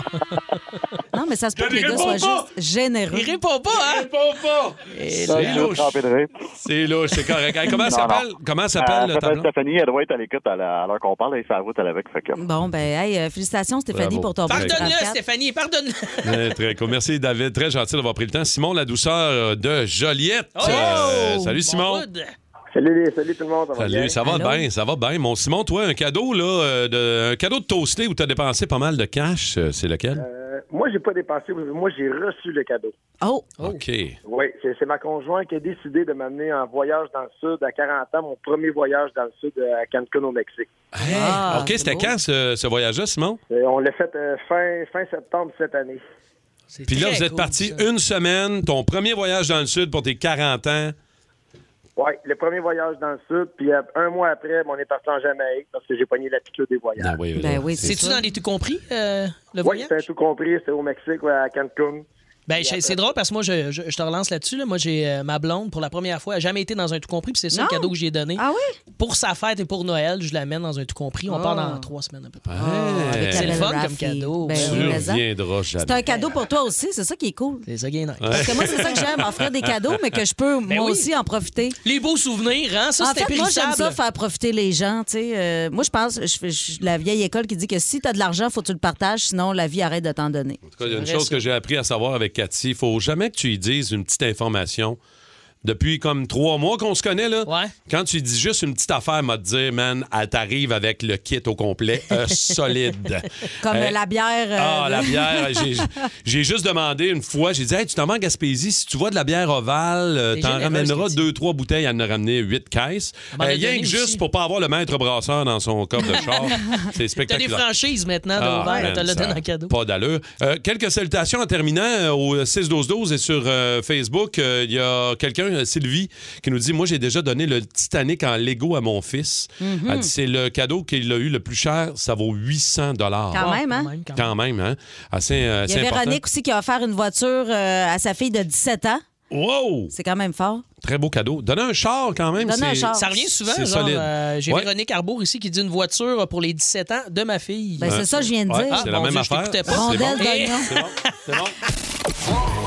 Non, mais ça se peut
Je
que les gars
réponds
soient
pas.
juste généreux.
Il répond pas, hein?
C'est
Ah, je vais
louche.
te tremper de rire.
C'est louche, c'est correct. Hey, comment
Non,
s'appelle
non.
comment
Euh,
s'appelle
elle
ta
s'appelle
blonde?
Stéphanie, elle doit être à l'écoute à la- à l'heure qu'on parle, elle est sur la route, elle est avec. Fait que...
Bon, ben, hey, euh, félicitations, Stéphanie,
Bravo.
pour ton beau
Pardonne-le,
transfert.
Stéphanie, pardonne-le.
Eh, Très cool. Merci, David. Très gentil d'avoir pris le temps. Simon, la douceur euh, de Joliette.
Oh!
Oh!
Euh, salut, Simon.
Salut, salut tout le monde.
Salut, ça va bien, ça va bien. Mon Simon, toi, un cadeau, là, euh, de, un cadeau de toasté où tu as dépensé pas mal de cash, euh, c'est lequel?
Moi, j'ai pas dépensé. Moi, j'ai reçu le cadeau.
Oh,
OK.
Oui, c'est c'est ma conjointe qui a décidé de m'amener en voyage dans le sud à 40 ans, mon premier voyage dans le sud euh, à Cancun au Mexique.
Hey,
Ah,
OK,
c'est
c'était
beau.
quand ce, ce voyage-là, Simon?
Euh, on l'a fait euh, fin, fin septembre cette année.
Puis là, vous êtes parti une semaine, ton premier voyage dans le sud pour tes 40 ans.
Oui, le premier voyage dans le sud, puis euh, un mois après, ben, on est parti en Jamaïque parce que j'ai pogné la piqûre des voyages.
Ah oui,
ben oui, c'est
C'est-tu
ça.
dans les tout compris, euh, le
Oui,
voyage?
c'était tout compris, c'était au Mexique, ouais, à Cancun.
Ben, c'est c'est drôle parce que moi, je, je- je te relance là-dessus. là. Moi, j'ai euh, ma blonde, pour la première fois, elle a jamais été dans un tout compris, puis c'est ça
Non.
le cadeau que j'ai donné.
Ah oui?
Pour sa fête et pour Noël, je l'amène dans un tout compris. On
Oh.
part dans trois semaines à peu
Ah.
près.
Hey.
avec C'est le
belle
fun comme
Rafi.
cadeau.
Ben
Tu
oui, mais ça.
reviendras jamais.
C'est un cadeau pour toi aussi, c'est ça qui est cool.
C'est ça qui est nice.
Parce que moi, c'est ça que j'aime, offrir des cadeaux, mais que je peux, moi
Ben oui.
aussi, en profiter.
Les beaux souvenirs, hein? Ça,
en
c'était
fait, moi, j'aime ça
périssable.
faire profiter les gens. tu sais. Euh, moi, je pense, je fais je suis de la vieille école qui dit que si tu as de l'argent, faut que tu le partages, sinon la vie arrête de t'en donner.
En tout cas, il y a une chose que j'ai appris à savoir avec Cathy. Il faut jamais que tu lui dises une petite information. Depuis comme trois mois qu'on se connaît, là,
Ouais.
quand tu lui dis juste une petite affaire, m'a dire, man, elle t'arrive avec le kit au complet, euh, solide.
Comme
Euh,
la bière. euh,
Ah,
de-
la bière. j'ai- J'ai juste demandé une fois, j'ai dit, hey, tu t'en vas en Gaspésie, si tu vois de la bière ovale, euh,
T'es
t'en
généreuse,
ramèneras
Cathy.
deux, trois bouteilles. Elle en a ramené huit caisses.
Elle m'en a
Euh, rien
donné
que juste
aussi.
pour pas avoir le maître brasseur dans son coffre de char. C'est
T'as des
spectaculaire.
franchises maintenant de
Ah,
ouvert,
man,
t'as le
ça
donné
a
en cadeau.
Pas d'allure. Euh, quelques salutations en terminant euh, au 6-12-12 et sur euh, Facebook. Euh, Il y a quelqu'un, euh, Sylvie, qui nous dit Moi, j'ai déjà donné le Titanic en Lego à mon fils.
Mhm.
Elle dit C'est le cadeau qu'il a eu le plus cher. Ça vaut 800
Quand même, hein?
quand même.
Quand même, hein? Assez, euh,
Il y a
assez important.
Véronique aussi qui a offert une voiture euh, à sa fille de 17 ans.
Wow!
C'est quand même fort.
Très beau cadeau. Donner un char quand même.
Donner un
c'est-
char.
Ça revient souvent,
C'est
genre,
solide.
euh, j'ai
Ouais.
Véronique Arbour ici qui dit une voiture pour les 17 ans de ma fille.
Ben, c'est ça que je viens de
Ouais, Ah,
dire.
c'est la
Ah, mon
même
Dieu, je
affaire.
t'écoutais pas.
C'est bon.
Rondelle
Et-
d'oignon.
C'est bon. C'est bon.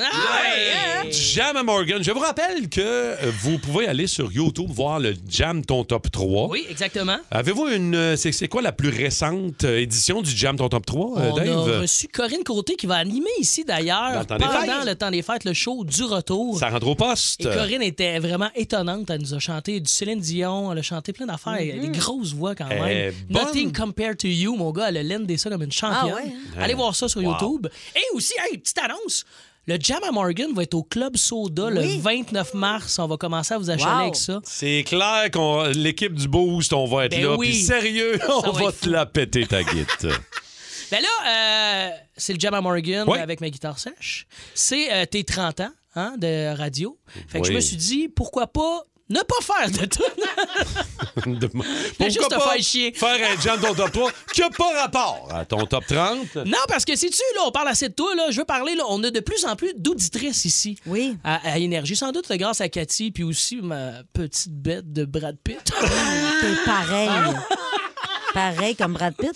Ah! hein?
Jam à Morgan. Je vous rappelle que vous pouvez aller sur YouTube voir le Jam Ton Top 3.
Oui, exactement.
Avez-vous une. euh, C'est c'est quoi la plus récente euh, édition du Jam Ton Top 3, euh,
On a
Dave?
reçu Corinne Côté qui va animer ici
Dans
d'ailleurs
le temps des
pendant
fêtes.
le temps des fêtes le show du retour.
Ça rentre au poste.
Et Corinne était vraiment étonnante. Elle nous a chanté du Céline Dion, elle a chanté plein d'affaires, elle a
Mm-hmm.
des grosses voix quand
Elle
même.
est bonne.
Nothing compared to you, mon gars, elle a l'endé ça comme une championne.
Ah ouais, hein?
Allez voir ça sur
Wow.
YouTube. Et aussi, hey, petite annonce. Le Jam à Morgan va être au Club Soda le 29 mars. On va commencer à vous achaler
Wow.
avec ça.
C'est clair qu'on l'équipe du Boost, on va être
Ben
là.
oui.
Puis sérieux, on
va
va,
être
te la péter ta guite.
Ben là, euh, c'est le Jam à Morgan
Oui.
avec ma guitare sèche. C'est euh, tes 30 ans hein, de radio. Fait que je
Oui.
me suis dit, pourquoi pas ne pas faire de tout.
Demain.
juste te faire chier.
faire un Jam Ton Top 3 qui n'a pas rapport à ton Top 30?
non, parce que si tu là, on parle assez de toi, là, je veux parler, là, on a de plus en plus d'auditrices ici.
Oui.
À, à Énergie, sans doute grâce à Cathy, puis aussi ma petite bête de Brad Pitt.
T'es pareil. pareil comme Brad Pitt.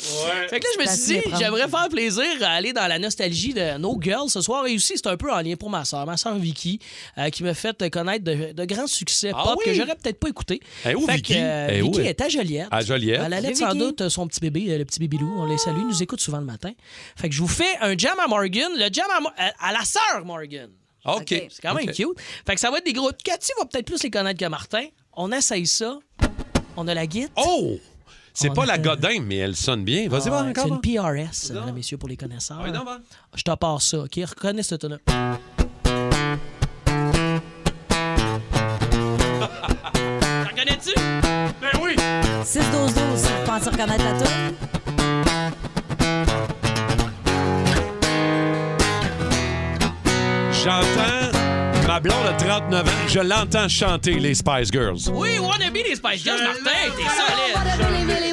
Fait que là, je me
C'est
suis
facile
dit,
à prendre.
j'aimerais faire plaisir à aller dans la nostalgie de No Girls ce soir. Et aussi, c'est un peu en lien pour ma soeur, ma soeur Vicky, euh, qui m'a fait connaître de, de grands succès
Ah
pop
oui?
que j'aurais peut-être pas écouté.
Elle est où,
Fait que,
Vicky?
euh,
Elle est où,
Vicky
elle?
est à Joliette.
À Joliette.
Elle allait
Salut,
sans
Vicky.
doute son petit bébé, euh, le petit bébé Bilou. On les salue, il nous écoute souvent le matin. Fait que je vous fais un jam à Morgan, le jam à, Mo- à- à la sœur Morgan.
OK.
C'est quand même
OK.
cute. Fait que ça va être des gros. Cathy va peut-être plus les connaître que Martin. On essaye ça. On a la guide.
Oh! C'est
On
pas
a-
la Godin, mais elle sonne bien. Vas-y, va
Ouais, C'est
encore.
une PRS, mesdames et messieurs, pour les connaisseurs. Je te pars ça, OK? Reconnais ce tonneau. T'en connais-tu? Ben
6-12-12, si vous pensez reconnaître la toune.
J'entends ma blonde de 39 ans, je l'entends chanter les Spice Girls.
Oui, Wannabe des Spice Girls, Martin, t'es
Ah,
solide!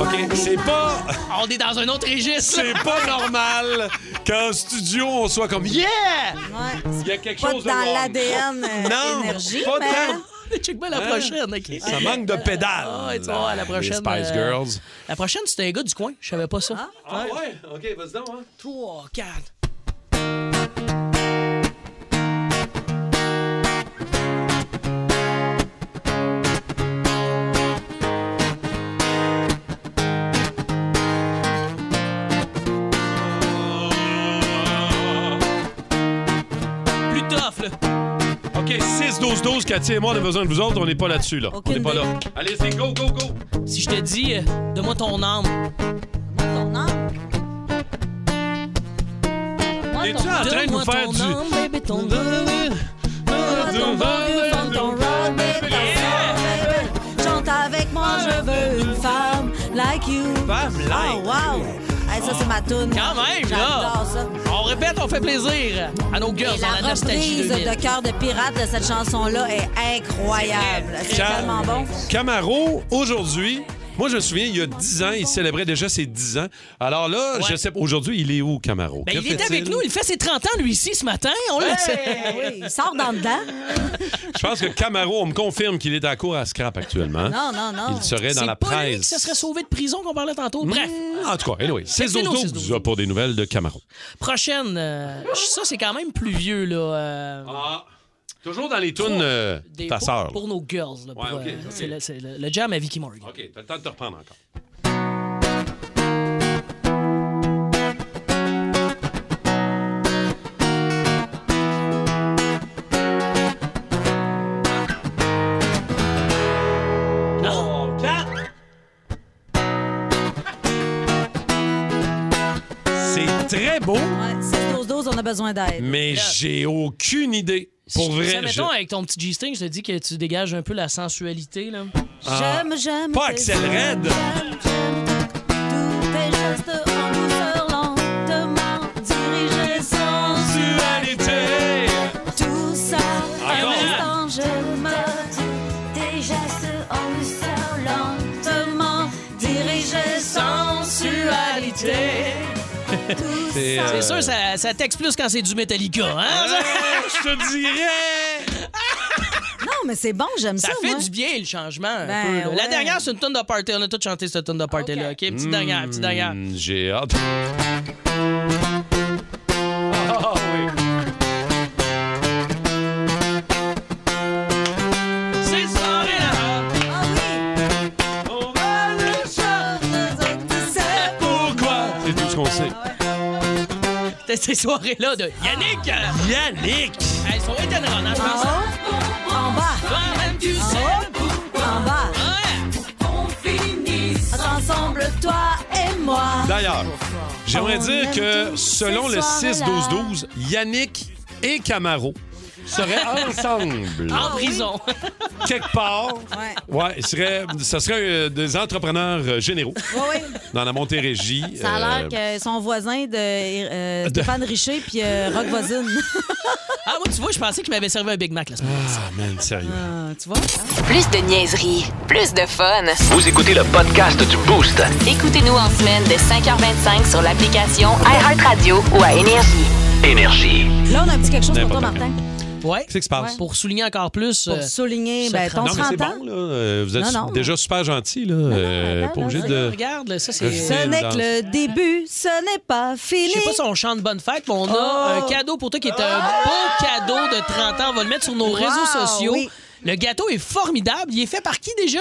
OK, c'est pas
On est dans un autre registre!
c'est pas normal qu'en studio on soit comme yeah,
Ouais.
il y a quelque
Pas
chose de
dans
wrong.
l'ADN euh,
Non,
énergie,
pas
mais...
tant.
Check bien la prochaine, OK?
Ça manque de pédale.
Ah, ouais, tu vas voir, la prochaine,
Les Spice
euh,
Girls.
La prochaine, c'était un gars du coin. Je savais pas ça.
Ah ouais, OK, vas-y donc. hein.
3, 4.
hein.
Plus tough, là.
OK, 6 12 12 Cathy et moi on a besoin de vous autres, on n'est pas là-dessus là. on
Aucune
n'est pas là. Allez, c'est go go go.
Si je te dis, euh, donne-moi ton âme.
Ton âme. Moi,
Es-tu
Ah ton- Ah,
en train de nous
Donne-moi
faire
ton
du
âme, baby, ton
Chante avec moi, je veux une femme like you.
Femme like
Oh, wow. Hey, ça, c'est ma toune.
Quand même, là!
J'adore ça.
On répète, on fait plaisir à nos girls
Et
dans la
la
nostalgie
reprise
2000.
de Cœur de pirate de cette chanson-là est incroyable. C'est
Quand-
tellement bon.
Camaro, aujourd'hui, moi je me souviens, il y a 10 ans, il célébrait déjà ses 10 ans. Alors là,
Ouais.
je sais pas, aujourd'hui, il est où, Camaro?
Ben,
Que
il est
fait-il?
avec nous, il fait ses 30 ans, lui, ici, ce matin. On le sait.
Ah Oui, il sort dans le dedans.
Je pense que Camaro, on me confirme qu'il est à court à scrap actuellement.
Non, non, non.
Il serait dans
C'est
la
pas
presse.
lui qui se serait sauvé de prison qu'on parlait tantôt. Bref,
Mmh, En tout cas, anyway, c'est
Faites-le, c'est
autos pour des nouvelles de Camaro.
prochaine. euh, ça, c'est quand même plus vieux, là. euh,
Ah, toujours dans les tunes euh,
des-
ta
pour,
sœur.
Pour nos girls, là. pour,
Ouais, ok,
euh,
ok.
C'est le, c'est le- le jam à Vicky Morgan.
OK, t'as le temps de te reprendre encore.
Non?
C'est très beau,
Ouais, 6-12-12, on a besoin d'aide.
mais j'ai aucune idée. Pour
Si-
vrai,
si, mettons,
je-
avec ton petit G-string, je te dis que tu dégages un peu la sensualité, là.
J'aime, j'aime.
pas
tes
Axel
yeux.
Red.
J'aime, j'aime Tous tes gestes en douceur, lentement dirigés sans
Sensualité.
tout ça.
Encore.
Un instant, je me tes gestes en douceur, lentement dirigés sensualité. Tout
C'est,
ça.
euh,
C'est sûr, ça, ça texte plus quand c'est du Metallica, hein?
Je te dirais.
Non, mais c'est bon, j'aime ça.
Ça fait
moi.
du bien, le changement. un
Ben,
peu, là. La
ouais.
dernière, c'est une tonne de party. On a tous chanté cette tonne de party-là. OK, petite dernière, petite dernière.
Hmm, J'ai hâte.
C'est ça, Réna.
Ah oui!
On va le chanter.
Pourquoi? C'est tout ce qu'on sait.
C'était ces soirées-là de Yannick. euh, Yannick. Elles sont étonnantes, hein, je
En
pense.
haut, en bas,
Toi-même, tu sais pourquoi.
en bas.
Ouais.
Ensemble, toi et moi.
D'ailleurs, j'aimerais
On
dire
aime
que
tous
selon
ces
le
soirées-là.
6-12-12, Yannick et Camaro seraient ensemble
En prison.
quelque part.
Ouais.
Ouais, ils seraient, ça serait euh, des entrepreneurs euh, généraux
Oui, oui.
dans la Montérégie.
Ça a l'air
Euh,
que son voisin de euh, Stéphane Richer puis euh, Rock Voisine.
Ah, moi, tu vois, je pensais qu'il m'avait servi un Big Mac la semaine dernière.
Ah, man, sérieux.
Ah, tu vois?
Plus de niaiserie, plus de fun.
Vous écoutez le podcast du Boost.
Écoutez-nous en semaine de 5h25 sur l'application iHeartRadio ou à Énergie.
Énergie.
Là, on a un petit quelque chose pour toi,
N'importe
Martin.
Ouais.
Qu'est-ce qui se passe?
Pour souligner encore plus.
Pour
euh,
souligner
ce
ben, ton
trente-
Non, mais c'est
30 ans.
bon, là. Euh, Vous êtes
Non, non.
déjà super gentil, là. Euh,
attends,
pas obligé
non,
de.
Regarde, là, ça,
Merci.
c'est.
Ce n'est que
Dans-
le début, ce n'est pas fini.
Je sais pas si on chante bonne fête, mais on a
Oh.
un cadeau pour toi qui est un
Ah.
beau cadeau de 30 ans. On va le mettre sur nos réseaux sociaux.
oui.
Le gâteau est formidable. Il est fait par qui déjà?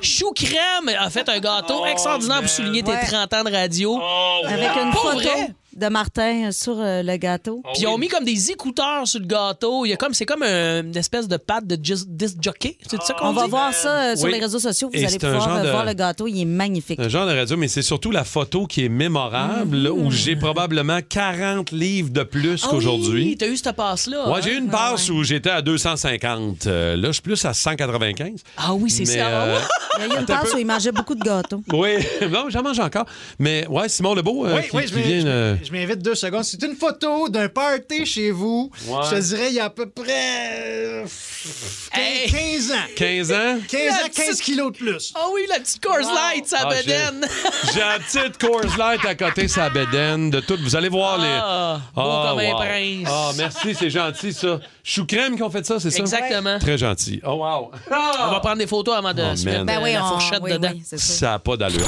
Chou Crème a fait un gâteau
Oh,
extraordinaire pour souligner
Ouais.
tes 30 ans de radio.
Avec une
Pour
photo
vrai?
de Martin sur euh, le gâteau.
Puis ils ont mis comme des écouteurs sur le gâteau. Il y a comme, c'est comme un- une espèce de pâte de dis- disc jockey. C'est ça qu'on
On va
dit?
voir ça euh, sur
Oui.
les réseaux sociaux. Vous
Et
allez
c'est un
pouvoir
genre
euh,
de- Euh,
voir le gâteau. Il est magnifique.
Un genre de radio, mais c'est surtout la photo qui est mémorable, là, où j'ai probablement 40 livres de plus
Ah
qu'aujourd'hui.
Oui, t'as eu cette passe-là.
Moi,
hein?
j'ai eu une passe où j'étais à 250. Euh, là, je suis plus à 195.
Ah oui, c'est
Mais,
ça.
euh,
Il y a une
Attends un
passe
peu.
où il mangeait beaucoup de gâteaux.
oui, non, j'en mange encore. Mais ouais, Simon Lebeau, euh,
Oui,
qui,
oui, je
qui
m'in-
vient...
je
euh,
m'in- je m'invite deux secondes. C'est une photo d'un party chez vous. Je te dirais, il y a à peu près euh,
Hey!
15 ans.
15 ans.
15
La
ans,
petite-
15 kilos de plus.
Ah oui, la petite Coors Light, sa
Ah,
bedaine.
J'ai la petite Coors Light à côté, sa bédaine, de tout. Vous allez voir les...
Ah, beau comme un
wow.
prince.
Ah, merci, c'est gentil, ça. Chou crème qui ont fait ça, c'est ça?
Exactement.
Très gentil. Oh, wow.
On va prendre des photos avant de
Oh,
se
man.
mettre
Ben
euh, la fourchette
oui,
dedans.
oui, c'est sûr.
Ça n'a pas d'allure.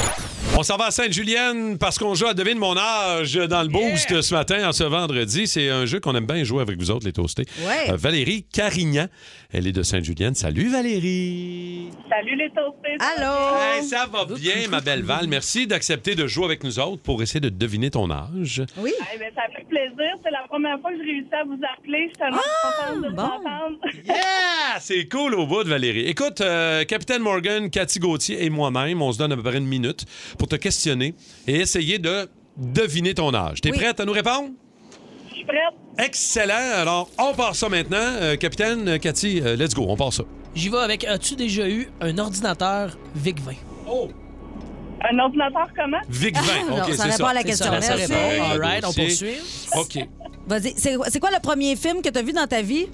On s'en va à Sainte-Julienne parce qu'on joue à Devine mon âge dans le boost ce matin, en ce vendredi. C'est un jeu qu'on aime bien jouer avec vous autres, les toastés.
Ouais.
Euh, Valérie Carignan, elle est de Sainte-Julienne. Salut Valérie!
Salut les toastés.
Allô?
Hey, ça va bien, ma belle Val. Merci d'accepter de jouer avec nous autres pour essayer de deviner ton âge.
Oui.
Eh ben, ça a fait plaisir. C'est la première fois que je réussis à vous appeler. Je suis tellement contente de vous
Ah, bon.
entendre.
Yeah! C'est cool au bout de Valérie. Écoute, euh, Capitaine Morgan, Cathy Gauthier et moi-même, on se donne à peu près une minute pour te questionner et essayer de deviner ton âge. T'es
Oui.
prête à nous répondre?
Je suis prête.
Excellent. Alors, on part ça maintenant. Euh, capitaine, euh, Cathy, euh, let's go. On part ça.
J'y vais avec As-tu déjà eu un ordinateur VIC 20
Oh!
Un ordinateur comment?
Vic 20.
Ah, Non,
OK,
ça
c'est
répond
ça.
à la question.
Ça, ça
Merci.
répond.
Merci.
All right, on
Dossier.
poursuit.
OK.
Vas-y. C'est c'est quoi le premier film que tu as vu dans ta vie?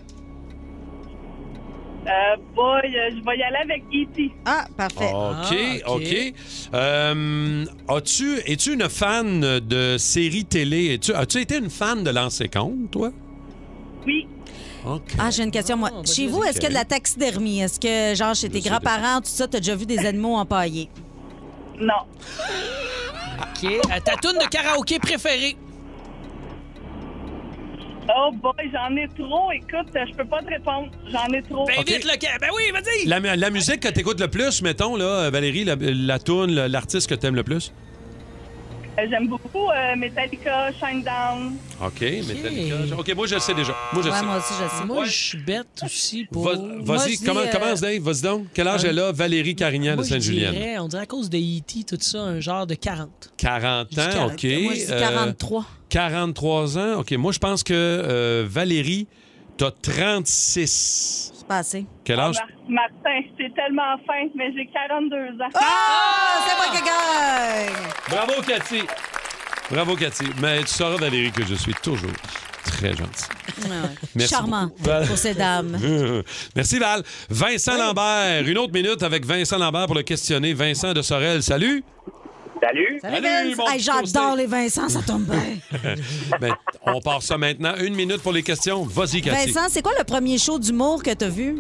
Euh, boy, euh, je vais y aller avec E.T.
Ah, parfait.
OK,
Ah, OK.
OK. Euh, as-tu, es-tu une fan de séries télé? Es-tu, as-tu été une fan de Lancé Compte, toi?
Oui.
OK.
Ah, j'ai une question, moi.
Ah, on va
chez
dire
vous, est-ce qu'il y a de la taxidermie? Est-ce que, genre, chez tes
sais
grands-parents, tout ça, t'as déjà vu des animaux empaillés?
Non.
OK. Euh, ta tune de karaoké préférée?
Oh boy, j'en ai trop. Écoute, euh, je peux pas te répondre. J'en ai trop.
Ben
OK.
vite, le ca- Ben oui, vas-y!
La, mu- la musique que t'écoutes le plus, mettons, là, Valérie, la, la toune, le- l'artiste que t'aimes le plus?
Euh, J'aime beaucoup euh, Metallica, Shinedown.
OK, Metallica. OK, moi, je le sais déjà. Moi, je le
Ouais,
sais.
moi aussi, je sais.
Moi, je suis bête aussi pour...
Va-
Moi,
vas-y,
je dis,
comment-
euh,
commence, Dave. Vas-y donc. Quel âge
euh,
elle a, Valérie Carignan de
Moi, je
Sainte-Julienne?
dirais, on dirait à cause de E.T., tout ça, un genre de 40.
40 ans, OK.
Moi, je dis
Euh,
43.
43 ans, OK. Moi, je pense que euh, Valérie, t'as 36.
C'est pas assez.
Quel âge?
Mar- Martin, c'est tellement fin, mais j'ai 42 ans.
Ah! C'est moi qui gagne!
Bravo, Cathy! Bravo, Cathy. Mais tu sauras, Valérie, que je suis toujours très gentil. Merci
Charmant
beaucoup. Bah. Val-
pour ces dames.
Merci, Val. Vincent Lambert, une autre minute avec Vincent Lambert pour le questionner. Vincent de Sorel, salut!
Salut.
Salut,
Salut,
Vince.
mon
Hey,
petit
J'adore
toasté.
les Vincent, ça tombe bien.
Ben, on part ça maintenant. Une minute pour les questions. Vas-y, Cathy.
Vincent, c'est quoi le premier show d'humour que t'as vu?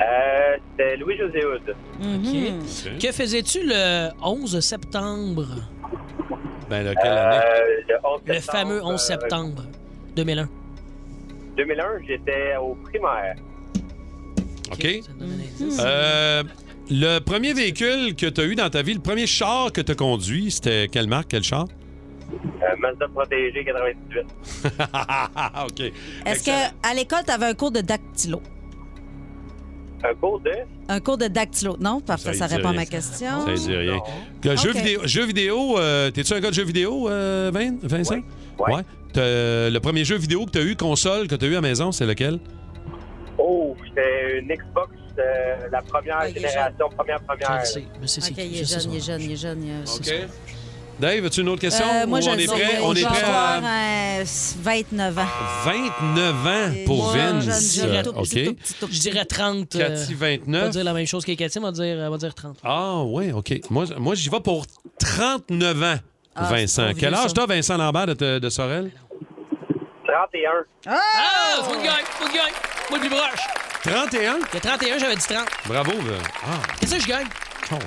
Euh, C'était Louis-José Hood.
Hmm.
OK. Que faisais-tu le 11 septembre?
Ben, de
quelle année? Euh, le 11
Le
septembre,
fameux 11
euh,
septembre 2001.
2001, j'étais au primaire.
OK?
Hmm.
Euh, le premier véhicule que tu as eu dans ta vie, le premier char que tu as conduit, c'était quelle marque, quel char?
Euh, Mazda protégé 98.
OK.
Est-ce qu'à l'école, tu avais un cours de dactylo?
Un cours de...
Un cours de dactylo. Non, parfait,
y
ça,
dit
répond à
rien.
ma question.
Ça ne dit rien. Le Jeu
OK.
vidéo, jeu vidéo euh, t'es-tu un gars de jeu vidéo, euh, Vin- Vincent? Ouais. T'as- Le premier jeu vidéo que tu as eu, console, que tu as eu à la maison, c'est lequel?
Oh, c'était une Xbox, euh, la première génération, première, première.
OK, il est jeune, il est jeune, il est jeune, il est- c'est ça.
Dave, as-tu une autre question?
Euh, moi,
Ou
je
on
le
est
sais,
prêt, on
je
est
vais
prêt à
avoir, euh, 29 ans.
29 ans pour
Moi,
Vince. Euh,
Je dirais,
Euh,
tout,
OK.
tout, tout, tout, je dirais 30. euh,
Cathy,
On va
29.
dire la même chose que Cathy, on va dire, on va dire 30.
Ah, ouais, OK. Moi, j- moi j'y vais pour 39 ans,
Ah, c'est
Vincent.
pas
Quel
vieux,
âge
ça.
t'as, Vincent Lambert, de, te- de Sorel?
31.
Ah!
Faut de gagne, faut de gagne. Moi, le plus proche.
31?
Il y a 31, j'avais dit 30.
Bravo. Vin- Ah,
Qu'est-ce que je gagne?
Colin.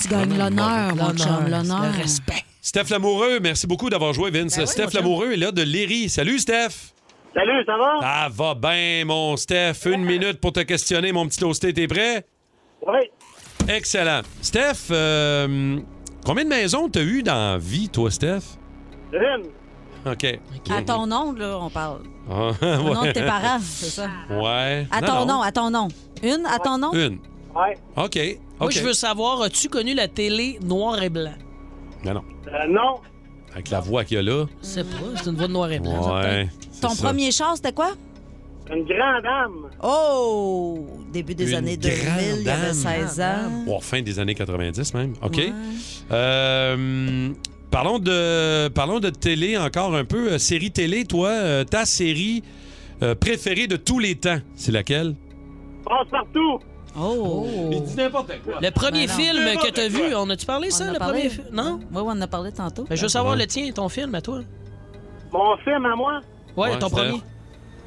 Tu gagnes l'honneur, Ah, mon chum, l'honneur.
Le respect.
Steph Lamoureux, merci beaucoup d'avoir joué, Vince.
Ben
Steph Lamoureux est là de Léry. Salut, Steph.
Salut, ça va?
Ça va bien, mon Steph. Une minute pour te questionner, mon petit toasté. T'es prêt?
Oui.
Excellent. Steph, euh, combien de maisons t'as eu dans la vie, toi, Steph?
Une.
OK.
À ton nom, là, on parle.
Ah,
Au nom de
ouais.
tes parents, c'est ça?
Ouais.
À
Non,
ton
non.
nom, à ton nom. Une, à ton nom?
Une.
Ouais.
OK. OK.
Moi, je veux savoir, as-tu connu la télé noir et blanc?
Non, non.
Euh, non.
Avec la voix qu'il y a là.
Je sais pas, c'est une voix de noir et blanc. ça, peut-être.
Ouais.
Ton
c'est ça.
premier char, c'était quoi?
Une grande dame.
Oh! Début des
Une
années
grande
2000, il y avait
dame.
16 ans.
Ou fin des années 90 même. OK. Euh, parlons, de, parlons de télé encore un peu. Euh, série télé, toi, euh, ta série euh, préférée de tous les temps, c'est laquelle?
Passe partout.
Oh!
Il dit n'importe quoi.
Le premier
Ben non.
film que t'as vu, on a-tu parlé,
On
ça?
en a
le
parlé?
premier film? Non?
Oui, on en a parlé tantôt.
Ben, je veux savoir le tien, ton film à toi.
Mon film à moi,
Ouais,
Ouais,
ton
c'est-
premier.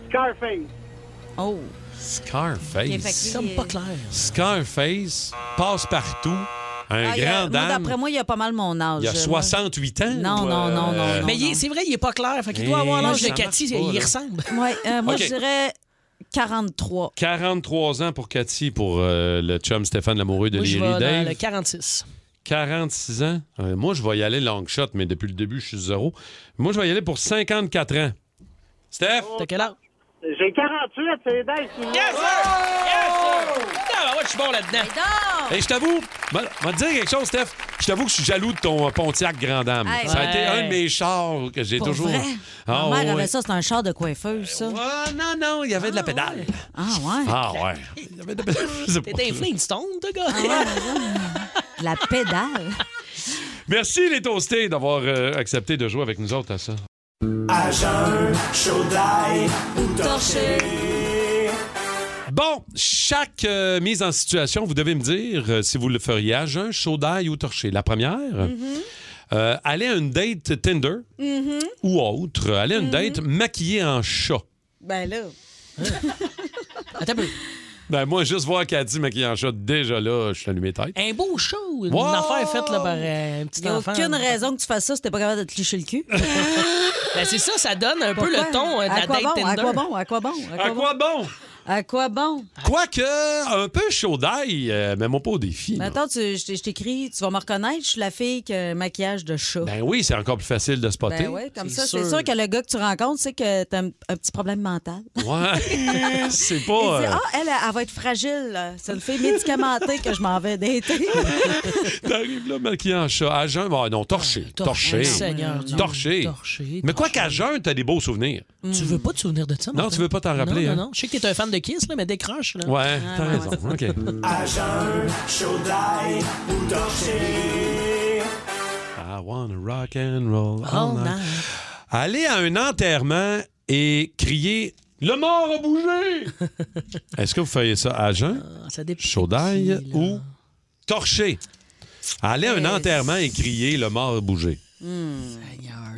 Scarface.
Oh!
Scarface.
Ça me pas clair.
Scarface passe partout. Un
Ah, il y a-
grand
moi,
dame.
D'après moi, il y a pas mal mon âge.
Il a
Moi,
68 ans.
Non,
ou,
non,
euh,
non, non, non.
Mais il est- c'est vrai, il est pas clair. Fait qu'il doit
Eh,
avoir l'âge
ça
de
marche
Cathy,
pas,
il y
là.
ressemble.
Ouais, euh, moi
OK.
je dirais 43.
43 ans pour Cathy, pour euh, le chum Stéphane Lamoureux de
Moi, je
Léry.
vais dans
Dave,
le 46.
46 ans. Euh, moi, je vais y aller long shot, mais depuis le début, je suis zéro. Moi, je vais y aller pour 54 ans. Steph?
T'as quel âge?
J'ai 48, c'est Dave.
Yes, sir! Yes, sir! Ah, ben ouais, je suis bon là-dedans.
Non!
Hey, je t'avoue, m'a m'a dire quelque chose, Steph. Je t'avoue que je suis jaloux de ton euh, Pontiac Grand Dame.
Hey,
ça a
ouais.
été un de mes chars que j'ai
Pour
toujours.
vrai?
Ah,
Ma mère
ouais.
avait ça, c'était un char de coiffeuse, ça.
Ah, non, non, il y avait de la pédale.
Ah ouais?
Ah, ouais. Il y avait de la pédale. Je sais pas.
T'es un Flintstone, t'as
Ah,
gars.
De La pédale?
Merci, les toastés, d'avoir euh, accepté de jouer avec nous autres à ça. Bon, chaque euh, mise en situation, vous devez me dire euh, si vous le feriez à jeun, chaud d'ail ou torché. La première,
Mhm.
euh, aller à une date Tinder ou autre. euh,
Mhm.
Aller à une date maquillée en chat.
Ben là.
Attends un peu.
Ben moi, juste voir qu'elle dit maquillée en chat, déjà là, je suis allumé tête.
Un beau show, une
Wow!
affaire faite là, par euh, un petit
Il a
enfant.
aucune raison que tu fasses ça si t'es pas capable de te licher le cul.
Ben, c'est ça, ça donne un peu
Pourquoi?
le ton euh, de
à
la
quoi
date
bon? À
Tinder.
quoi bon? À quoi bon? À quoi, Eh, bon?
bon?
À quoi bon?
Quoique, un peu chaud d'ail, euh, mais mon pas au défi.
Mais
là.
Ben, attends, tu- je t'ai- je t'écris, tu vas me reconnaître, je suis la fille qui a un maquillage de chat.
Ben oui, c'est encore plus facile de spotter.
Ben ouais, comme
C'est
ça, c'est
sûr.
sûr que le gars que tu rencontres, c'est que t'as un, un petit problème mental.
Ouais, c'est
Il
pas...
dit,
euh,
ah, elle, elle va être fragile. là. C'est une fille médicamentée que je m'en vais dater.
T'arrives là, maquillé en chat. À jeun, ah non, torché. Torché.
Torché. Seigneur Dieu.
Torché.
Torché,
Mais quoi qu'à jeun, t'as des beaux souvenirs.
Tu veux pas te souvenir de ça,
Non,
Martin?
tu veux pas t'en rappeler,
Non,
hein?
non, non. Je sais que t'es un fan de Kiss, là, mais décroche, là.
Ouais, t'as raison. OK. I wanna rock and roll all
Oh,
All
night.
night.
Aller à un enterrement et crier Le mort a bougé! Est-ce que vous feriez ça à jeun,
Ah, Ça dépend.
chaud d'ail ou torché? Aller à un
Eh,
enterrement et crier Le mort a bougé.
Seigneur.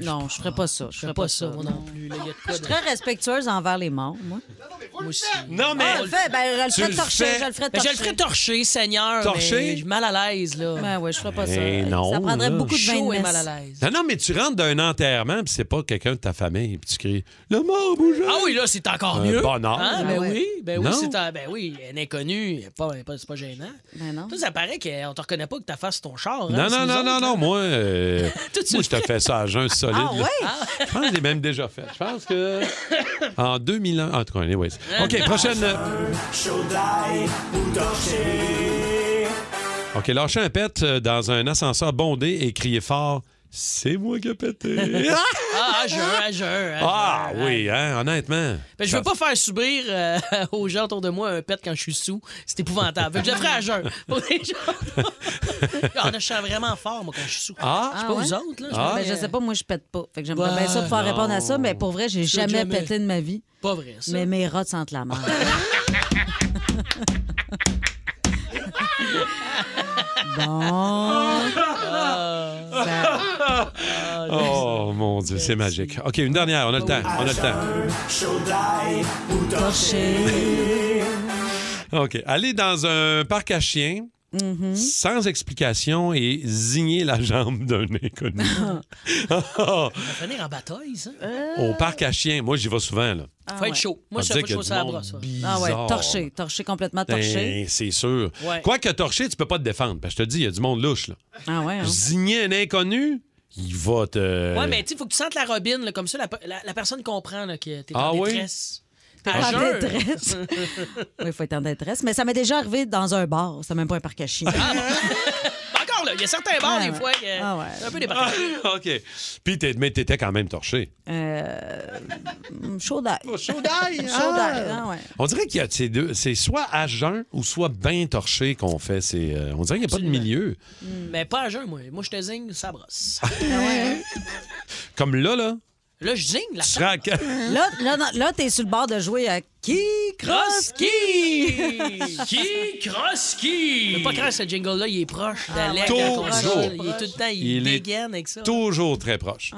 Non, je ferais pas ça. Je ferais pas ça,
moi non plus. là, il y a de
Je
quoi
suis
de-
très respectueuse envers les morts, moi.
Moi aussi.
Non,
mais- Ah, on le fait, ben, je le
Tu
ferais torcher, je le ferais
Ben, Je le
torcher.
ferais torcher, Seigneur.
Torcher?
mais Je suis mal à l'aise, là.
Ben ouais, je ferais pas
Eh
ça.
non,
ça prendrait
là.
beaucoup de
Chaud
bain
et
de
mal à
messe.
Non, non, mais tu rentres d'un enterrement, puis c'est pas quelqu'un de ta famille, puis tu cries Le mort bouge.
Ah oui, là, c'est encore
Un
mieux.
bonheur.
Hein, ben
Ah ouais.
oui, ben oui,
Euh, Non.
c'est un, ben oui, un inconnu, pas, pas- c'est pas gênant.
Ben non.
Toi, ça paraît qu'on te reconnaît pas que ta face ton char. hein,
Non,
c'est
non,
nous
non,
autres,
non,
là.
non, moi, euh,
Tout de
moi
suite.
je te fais ça à jeun solide.
Ah,
là.
ouais?
Je pense que j'ai même déjà fait. Je pense que en 2001. En tout cas, anyways. OK, prochaine. OK, lâchez un pet euh, dans un ascenseur bondé et criez fort C'est moi qui ai pété.
Ah, ah, je, ah, je, ah, je.
ah oui, hein, honnêtement.
Ben, je veux pas faire subir euh, aux gens autour de moi un pet quand je suis sous. C'est épouvantable. Fait que je le ferai à jeun. Pour les gens. Ah, je sens vraiment fort, moi, quand je suis sous.
Ah,
je sais pas
Ah. ouais?
vous autres, là.
Ben,
me
je
mets-
sais pas, moi, je pète pas. Fait que j'aimerais
Ouais,
bien ça pouvoir
Ah, non.
répondre à ça, mais pour vrai, j'ai
Je
jamais,
jamais.
pété de ma vie.
Pas vrai, ça.
Mais mes rats sentent la mort. bon.
Oh mon Dieu, c'est magique. OK, une dernière, on a le temps. On a le temps.
Ah.
OK. Aller dans un parc à chiens
Mm-hmm.
sans explication et zigner la jambe d'un inconnu.
Ça va venir en bataille, ça.
Euh,
Au parc à chiens, moi, j'y vais souvent. Là.
Faut être chaud. Moi,
Ça veut
je sais pas
dire
chaud
qu'il y
sur
a
la
du monde
brosse. ouais.
Ah ouais,
Bizarre.
torché, torché, complètement torché.
Ben, c'est sûr.
Ouais.
Quoique torché, tu peux pas te défendre. Parce que je te dis, il y a du monde louche. Là.
Ben,
Ah ouais, hein?
Zigner un inconnu, il va te.
Ouais, mais tu sais, faut que tu sentes la robine, là, comme ça, la, pe- la- la personne comprend là, que t'es
Ah
en
oui?
détresse. T'es
En
jeun.
Ah, détresse. Oui, il faut être en détresse. Mais ça m'est déjà arrivé dans un bar. C'était même pas un parc à chiens.
Ah.
Encore, là, il y a certains bars,
Ouais,
des
ouais.
fois, que-
Ah ouais.
c'est un peu des
Ah,
bars.
OK. Puis, t'es- mais t'étais quand même torché.
Euh, chaud d'ail.
Oh, chaud d'ail,
Chaud
ah.
d'ail, ah ouais.
On dirait qu'il y a ces deux. C'est soit à jeun ou soit bien torché qu'on fait. C'est, euh, on dirait qu'il n'y a pas de milieu.
Mais pas à jeun, moi. Moi, je te zigne, ça brosse.
Comme là, là.
Là, je zigne, la
Ah.
Tu seras à ca-
Là, là, non, là t'es sur le bord de jouer à qui cross
Kroski! Qui Kroski? Mais pas grave, ce jingle-là, il est proche d'Alex.
Ah, ouais.
quand on se
Toujours.
parle. Il est tout le temps, il,
Il est
dégaine avec ça.
toujours très proche.
Ah.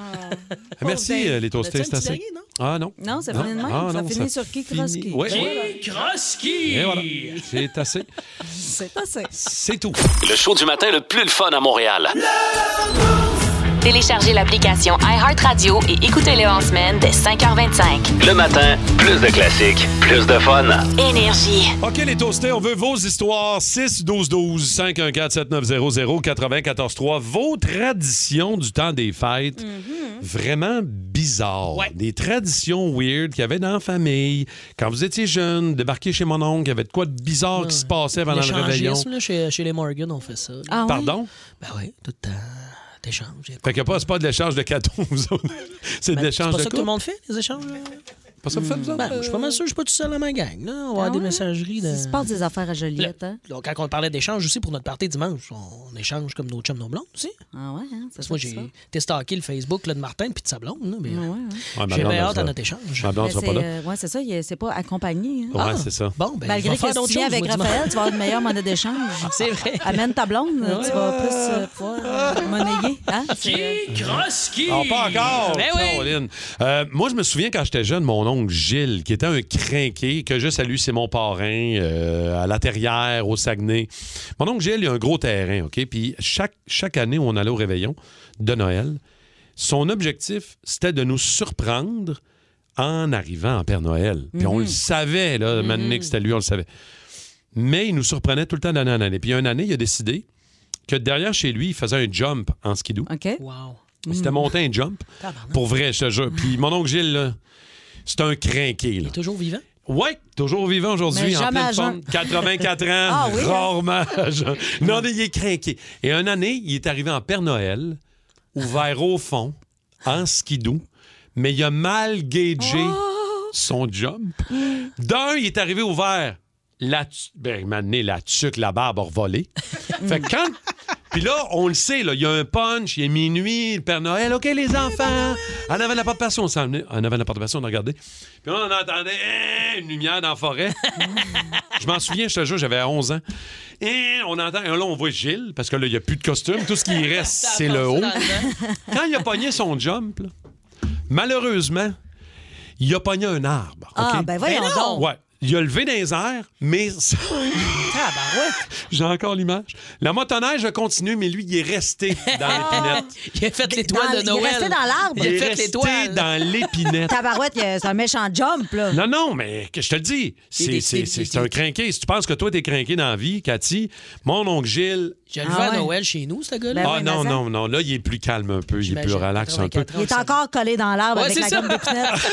Merci,
Oh, ben,
Pauvre
euh, les
Dave. On
toastés.
a-tu un
c'est
petit
assez.
dernier, non?
Ah non. Ah,
Non, ça finit de même. Ça finit sur qui cross qui.
Oui,
Ben
oui.
Kroski!
Et voilà. C'est assez.
C'est assez.
C'est tout.
Le show du matin le plus le fun à Montréal.
Téléchargez l'application iHeartRadio et écoutez-le en semaine dès 5h25.
Le matin, plus de classiques, plus de fun.
Énergie.
OK, les toastés, on veut vos histoires. 6 12 12 514 7900 94 3 Vos traditions du temps des fêtes.
Mhm.
Vraiment bizarres. Des traditions weird qu'il y avait dans la famille. Quand vous étiez jeune, débarqué chez mon oncle, il y avait de quoi de bizarre qui se passait pendant le réveillon.
L'échangisme, là, chez, chez les Morgan, on fait ça. là.
Ah.
Pardon?
Ben oui, tout le temps. T'échanges.
Fait que pas, c'est pas de l'échange de cadeaux, vous autres. C'est de
Ben,
l'échange
C'est pas
de
ça que tout le
couple.
monde fait, les échanges? là?
Pas ça que vous faites, vous autres?
Ben, moi, je suis pas mal sûr, que je suis pas tout seul dans ma gang. Là. On va
Ah
avoir des messageries. De...
Il se passe des affaires à Joliette, hein?
Là, quand on parlait d'échange aussi pour notre party dimanche, on, on échange comme nos chums, nos blondes aussi.
Ah ouais, hein?
Parce
C'est
que moi,
ça,
j'ai
ça.
testé le Facebook là, de Martin puis de sa blonde. là, mais-
Ouais, Ah ma
J'ai
blonde,
bien
elle
hâte à
sera-
notre échange. Ben,
Ma blonde
Mais
sera
c'est,
pas là.
euh, ouais, c'est ça, il est- c'est pas accompagné. hein.
Ouais, c'est ça.
Bon, ben, je
Malgré
vais
que
faire
si
d'autres
tu viens
choses,
avec
moi,
Raphaël,
dimanche.
tu vas avoir une meilleure monnaie d'échange.
C'est vrai.
Amène ta blonde, tu vas plus euh, pouvoir euh, monnayer. Hein? C'est-
Kroski!
Ah, pas encore!
Ben oui!
Caroline. Euh, moi, je me souviens quand j'étais jeune, mon oncle Gilles, qui était un crinqué, que je salue, c'est mon parrain, euh, à la Terrière, au Saguenay. Mon oncle Gilles, il a un gros terrain, OK? Puis chaque, chaque année, on allait au réveillon de Noël. Son objectif, c'était de nous surprendre en arrivant en Père Noël. Puis
Mhm.
on le savait, là, maintenant que c'était lui, on le savait. Mais il nous surprenait tout le temps d'année en année. Puis une année, il a décidé que derrière chez lui, il faisait un jump en skidoo.
euh, OK.
Wow.
C'était monté un jump. Pour vrai, je te jure. Puis mon oncle Gilles, là, c'est un crinqué. Là.
Toujours vivant?
Ouais, toujours vivant
Mais
aujourd'hui, en
jamais à
pleine
jeun.
forme. 84 ans,
Ah oui, hein?
rarement à jeun. Non, mais il est crinqué. Et une année, il est arrivé en Père Noël, ouvert au fond, en skidoo, mais il a mal gaugé
Oh!
son jump. D'un, il est arrivé ouvert. La, tu- ben, il m'a amené la tuque, la barbe a revolé. Fait que quand, Puis là, on le sait, là, il y a un punch, il est minuit, le Père Noël, OK, les enfants, en avant de la porte passée, on s'en venait, en avant de la porte passée, on a regardé. Puis là, on entendait eh, une lumière dans la forêt. Je m'en souviens, je te jure, j'avais 11 ans. Et on entend, et là, on voit Gilles, parce que là, il n'y a plus de costume. Tout ce qui reste, c'est le haut. Quand il a pogné son jump, là, malheureusement, il a pogné un arbre.
Ah,
OK?
ben voyons Ben non! donc.
Ouais. Il a levé dans les airs, mais. J'ai encore l'image. La motoneige a continué, mais lui, il est resté dans l'épinette.
il a fait l'étoile
Dans-
de
il est
Noël.
resté dans l'arbre.
Il
Il
est
a fait
resté
l'étoile.
dans l'épinette.
Tabarouette, il y a- c'est un méchant jump, là.
Non, non, mais que je te le dis, c'est- c'est c'est- c'est un crinqué. Si tu penses que toi, t'es crinqué dans la vie, Cathy, mon oncle Gilles.
Je le vois à Noël chez nous, ce gars-là.
ah non, non, non. Là, il est plus calme un peu, il est plus
J'imagine,
relax un peu.
84
Il est encore collé dans l'arbre
Ouais,
avec
c'est
la
ça.
gomme d'épinette.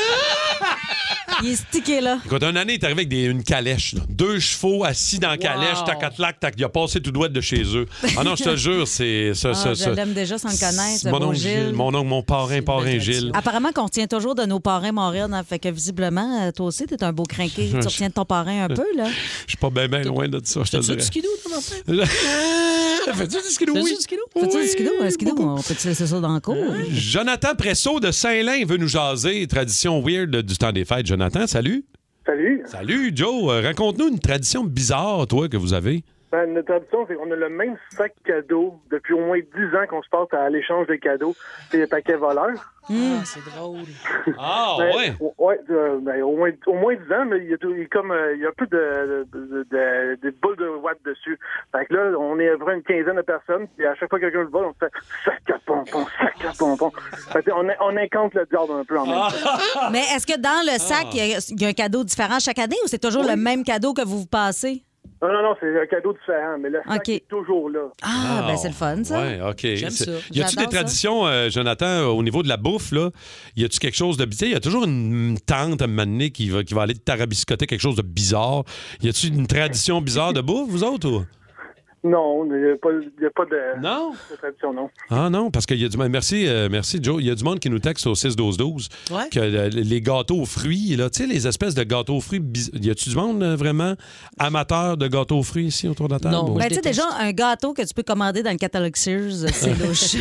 il est stické, là.
Écoute, une année, il est arrivé avec des- une calèche. là. Deux chevaux assis dans la calèche, tac, tac, tac, tac. Il a passé tout droit de chez eux. Ah non, je te jure, c'est ça,
Ah,
ça,
je
ça.
l'aime déjà sans le connaître,
C'est
mon
Mon oncle
Gilles.
Gilles, mon oncle, mon parrain, parrain Gilles.
Apparemment qu'on tient toujours de nos parrains Montréal, hein, fait que visiblement, euh, toi aussi, t'es un beau crinqué.
Je-
Tu retiens de ton parrain un peu, là.
Je suis pas bien ben loin de ça, je te
Fais-tu
dirais.
du skidoo, toi, enfant?
Ah, Fais-tu du skidoo?
Fais-tu
Oui.
du skidoo?
Ah! Fais-tu du skido? Un skido, on peut te laisser ça dans le cours?
Hein?
Jonathan Presso de Saint-Lin veut nous jaser. Tradition weird du temps des fêtes. Jonathan, salut.
Salut.
Salut, Joe. Euh, Raconte-nous une tradition bizarre, toi, que vous avez.
Ben, notre tradition, c'est qu'on a le même sac cadeau depuis au moins 10 ans qu'on se porte à l'échange de cadeaux. C'est les paquets voleurs.
Ah, c'est drôle.
Ah,
Ben, o- ouais, euh, ben, au, moins, au moins 10 ans, mais il y a, tout- il y a comme, euh, il y a un peu de, de, de- de boules de watt dessus. Fait que là, on est à peu près une quinzaine de personnes, puis à chaque fois que quelqu'un le vole, on fait sac à pompons, sac à pompons. Fait que on, on incante le diable un peu en même
Ah!
temps.
Mais est-ce que dans le
Ah.
sac, il y a- il y, a un cadeau différent chaque année ou c'est toujours le même cadeau que vous vous passez?
Non, non, non, c'est un cadeau différent, mais le sac
OK.
est toujours là.
Ah, ben c'est le fun, ça.
Ouais, OK.
J'aime
C'est-
ça.
Y a-tu des
J'adore ça.
traditions, euh, Jonathan, euh, au niveau de la bouffe, là? Y a-tu quelque chose de bizarre? Y a toujours une tante à un moment donné qui va, qui va aller tarabiscoter quelque chose de bizarre. Y a-tu une tradition bizarre de bouffe, vous autres? ou?
Non, il n'y a, pas- il y a pas de,
non?
de tradition, non.
Ah non, parce qu'il y a du monde. Merci, euh, merci, Joe. Il y a du monde qui nous texte au 6-12-12
Ouais.
que euh, les gâteaux aux fruits, là, tu sais, les espèces de gâteaux aux fruits. biz- Y a-tu du monde euh, vraiment amateur de gâteaux aux fruits ici autour de la table? ou-
Ben, tu sais, déjà, un gâteau que tu peux commander dans le catalogue Sears, c'est louche.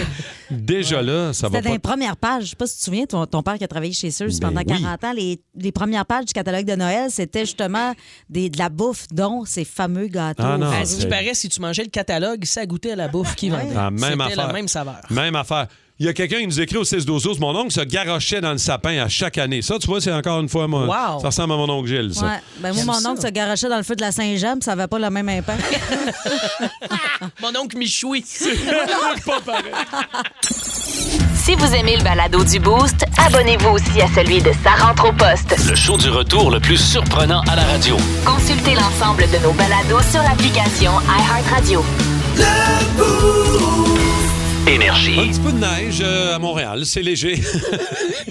Déjà là, ça va
C'était dans
pas.
les premières pages. Je sais pas si tu te souviens, ton, ton père qui a travaillé chez Sears
Ben
pendant
oui.
40 ans, les, les premières pages du catalogue de Noël, c'était justement des, de la bouffe, dont ces fameux gâteaux.
Ah non,
aux
Ah,
fruits.
ce qui paraît, si tu mangeais le catalogue, ça goûtait à la bouffe qui vendait.
Ah, même
C'était
affaire.
la même saveur.
Même affaire. Il y a quelqu'un qui nous écrit au 6 12 12 mon oncle se garochait dans le sapin à chaque année. Ça, tu vois, c'est encore une fois, moi,
Wow.
ça ressemble à mon oncle Gilles, ça.
Ouais. Ben, moi,
J'aime
mon
ça.
oncle se garochait dans le feu de la Saint-Jean, puis ça n'avait pas le même impact.
Mon oncle Michoui.
Si vous aimez le balado du Boost, abonnez-vous aussi à celui de Sa rentre au poste.
Le show du retour le plus surprenant à la radio.
Consultez l'ensemble de nos balados sur l'application iHeartRadio.
Énergie.
Un petit peu de neige euh, à Montréal, c'est léger.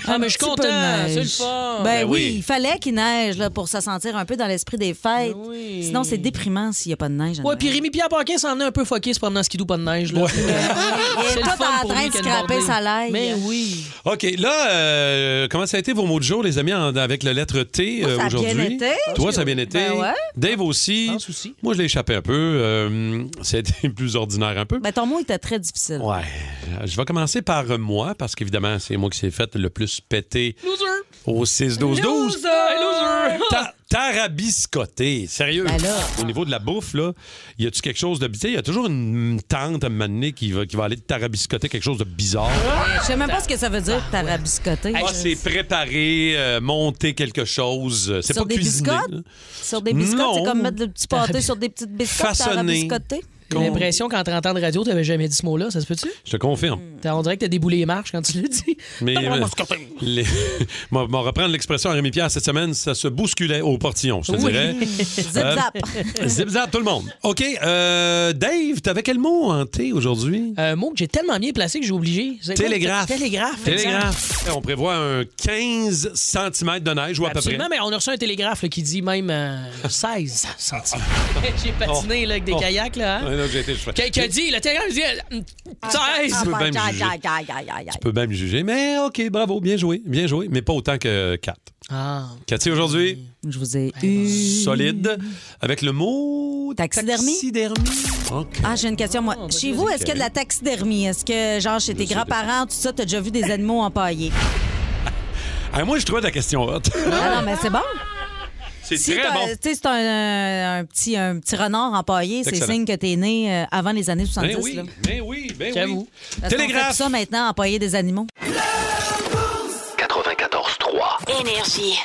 Ah, mais je suis
Petit peu
content.
de neige.
C'est le fun.
Ben,
Ben
oui,
oui.
il fallait qu'il neige là, pour se sentir un peu dans l'esprit des fêtes. Sinon, c'est déprimant s'il n'y a pas de neige. à
Ben Ouais, puis Rémi Pierre Paquin s'en est un peu foqué se promenant en skidoo pas de neige. Là.
Il est
C'est le
tout
fun
en
pour
train
lui
de
qu'elle
scraper
bordée.
sa laille.
Mais oui.
OK, là, euh, comment ça a été vos mots de jour, les amis, en- avec la lettre T euh,
ça a bien
aujourd'hui?
été.
Toi, ça a bien été.
Ben ouais.
Dave aussi. Moi, je l'ai échappé un peu. Euh, C'était plus ordinaire un peu.
Ben, ton mot était très difficile.
Ouais. Je vais commencer par euh, moi, parce qu'évidemment, c'est moi qui s'est fait le plus péter au 6-12-12. Ta- Tarabiscoté, sérieux.
Ben là.
Au niveau de la bouffe, là, y a-tu quelque chose de bizarre? Il y a toujours une tante à un moment donné qui va, qui va aller tarabiscoter quelque chose de bizarre.
Je sais même pas ce que ça veut dire, tarabiscoté.
Ah, c'est préparer, euh, monter quelque chose. euh, C'est
Sur
pas
des
cuisiner.
biscottes? Sur des biscottes,
Non.
c'est comme mettre le petit pâté sur des petites biscottes,
Façonné. Hein?
tarabiscoté.
J'ai l'impression Hmm. qu'en 30 ans de radio, t'avais jamais dit ce mot-là, ça se peut-tu?
Je te confirme.
T'as- On dirait que t'as déboulé les marches quand tu le dis.
Mais euh,
Tarabiscoté.
les- m'en m'en reprendre l'expression à Rémi Pierre cette semaine, ça se bousculait au portillon, je te
Oui.
dirais. Euh,
Zip-zap.
Zip-zap, tout le monde. OK. euh, Dave, t'avais quel mot en T aujourd'hui?
Un Euh, mot que j'ai tellement bien placé que j'ai obligé. C'est quoi?
Télégraphe.
Télégraphe. exact.
Télégraphe. On prévoit un 15 cm de neige ou à peu près.
Absolument, mais on a reçu un télégraphe là, qui dit même euh, 16 centimes. J'ai patiné là, avec des
Oh.
kayaks. Là, hein?
Ouais, là, j'ai Ah, été. je fais-
Quelqu'un dit, Ah, le terrain dit, 16!
Tu peux même juger. Tu peux bien me juger, mais OK, bravo, bien joué, bien joué, mais pas autant que 4.
Ah.
Cathy, aujourd'hui.
Je vous ai
Solide. Avec le mot.
Taxidermie?
OK.
Ah, j'ai une question, moi. chez vous, est-ce qu'il y a de la taxidermie? Est-ce que, genre, chez tes grands-parents, tout ça, t'as déjà vu des animaux empaillés?
Ah, moi, je trouvais la question haute.
Ah non, mais c'est bon.
C'est
Si
très
t'as-
bon.
tu sais, c'est un, un petit, un petit renard empaillé, c'est
Excellent.
signe que t'es né euh, avant les années 70.
Ben oui,
là.
ben oui, ben oui.
J'avoue. Parce qu'on fait tout
Télégraphe.
ça maintenant, empailler des animaux.
94.3. Énergie.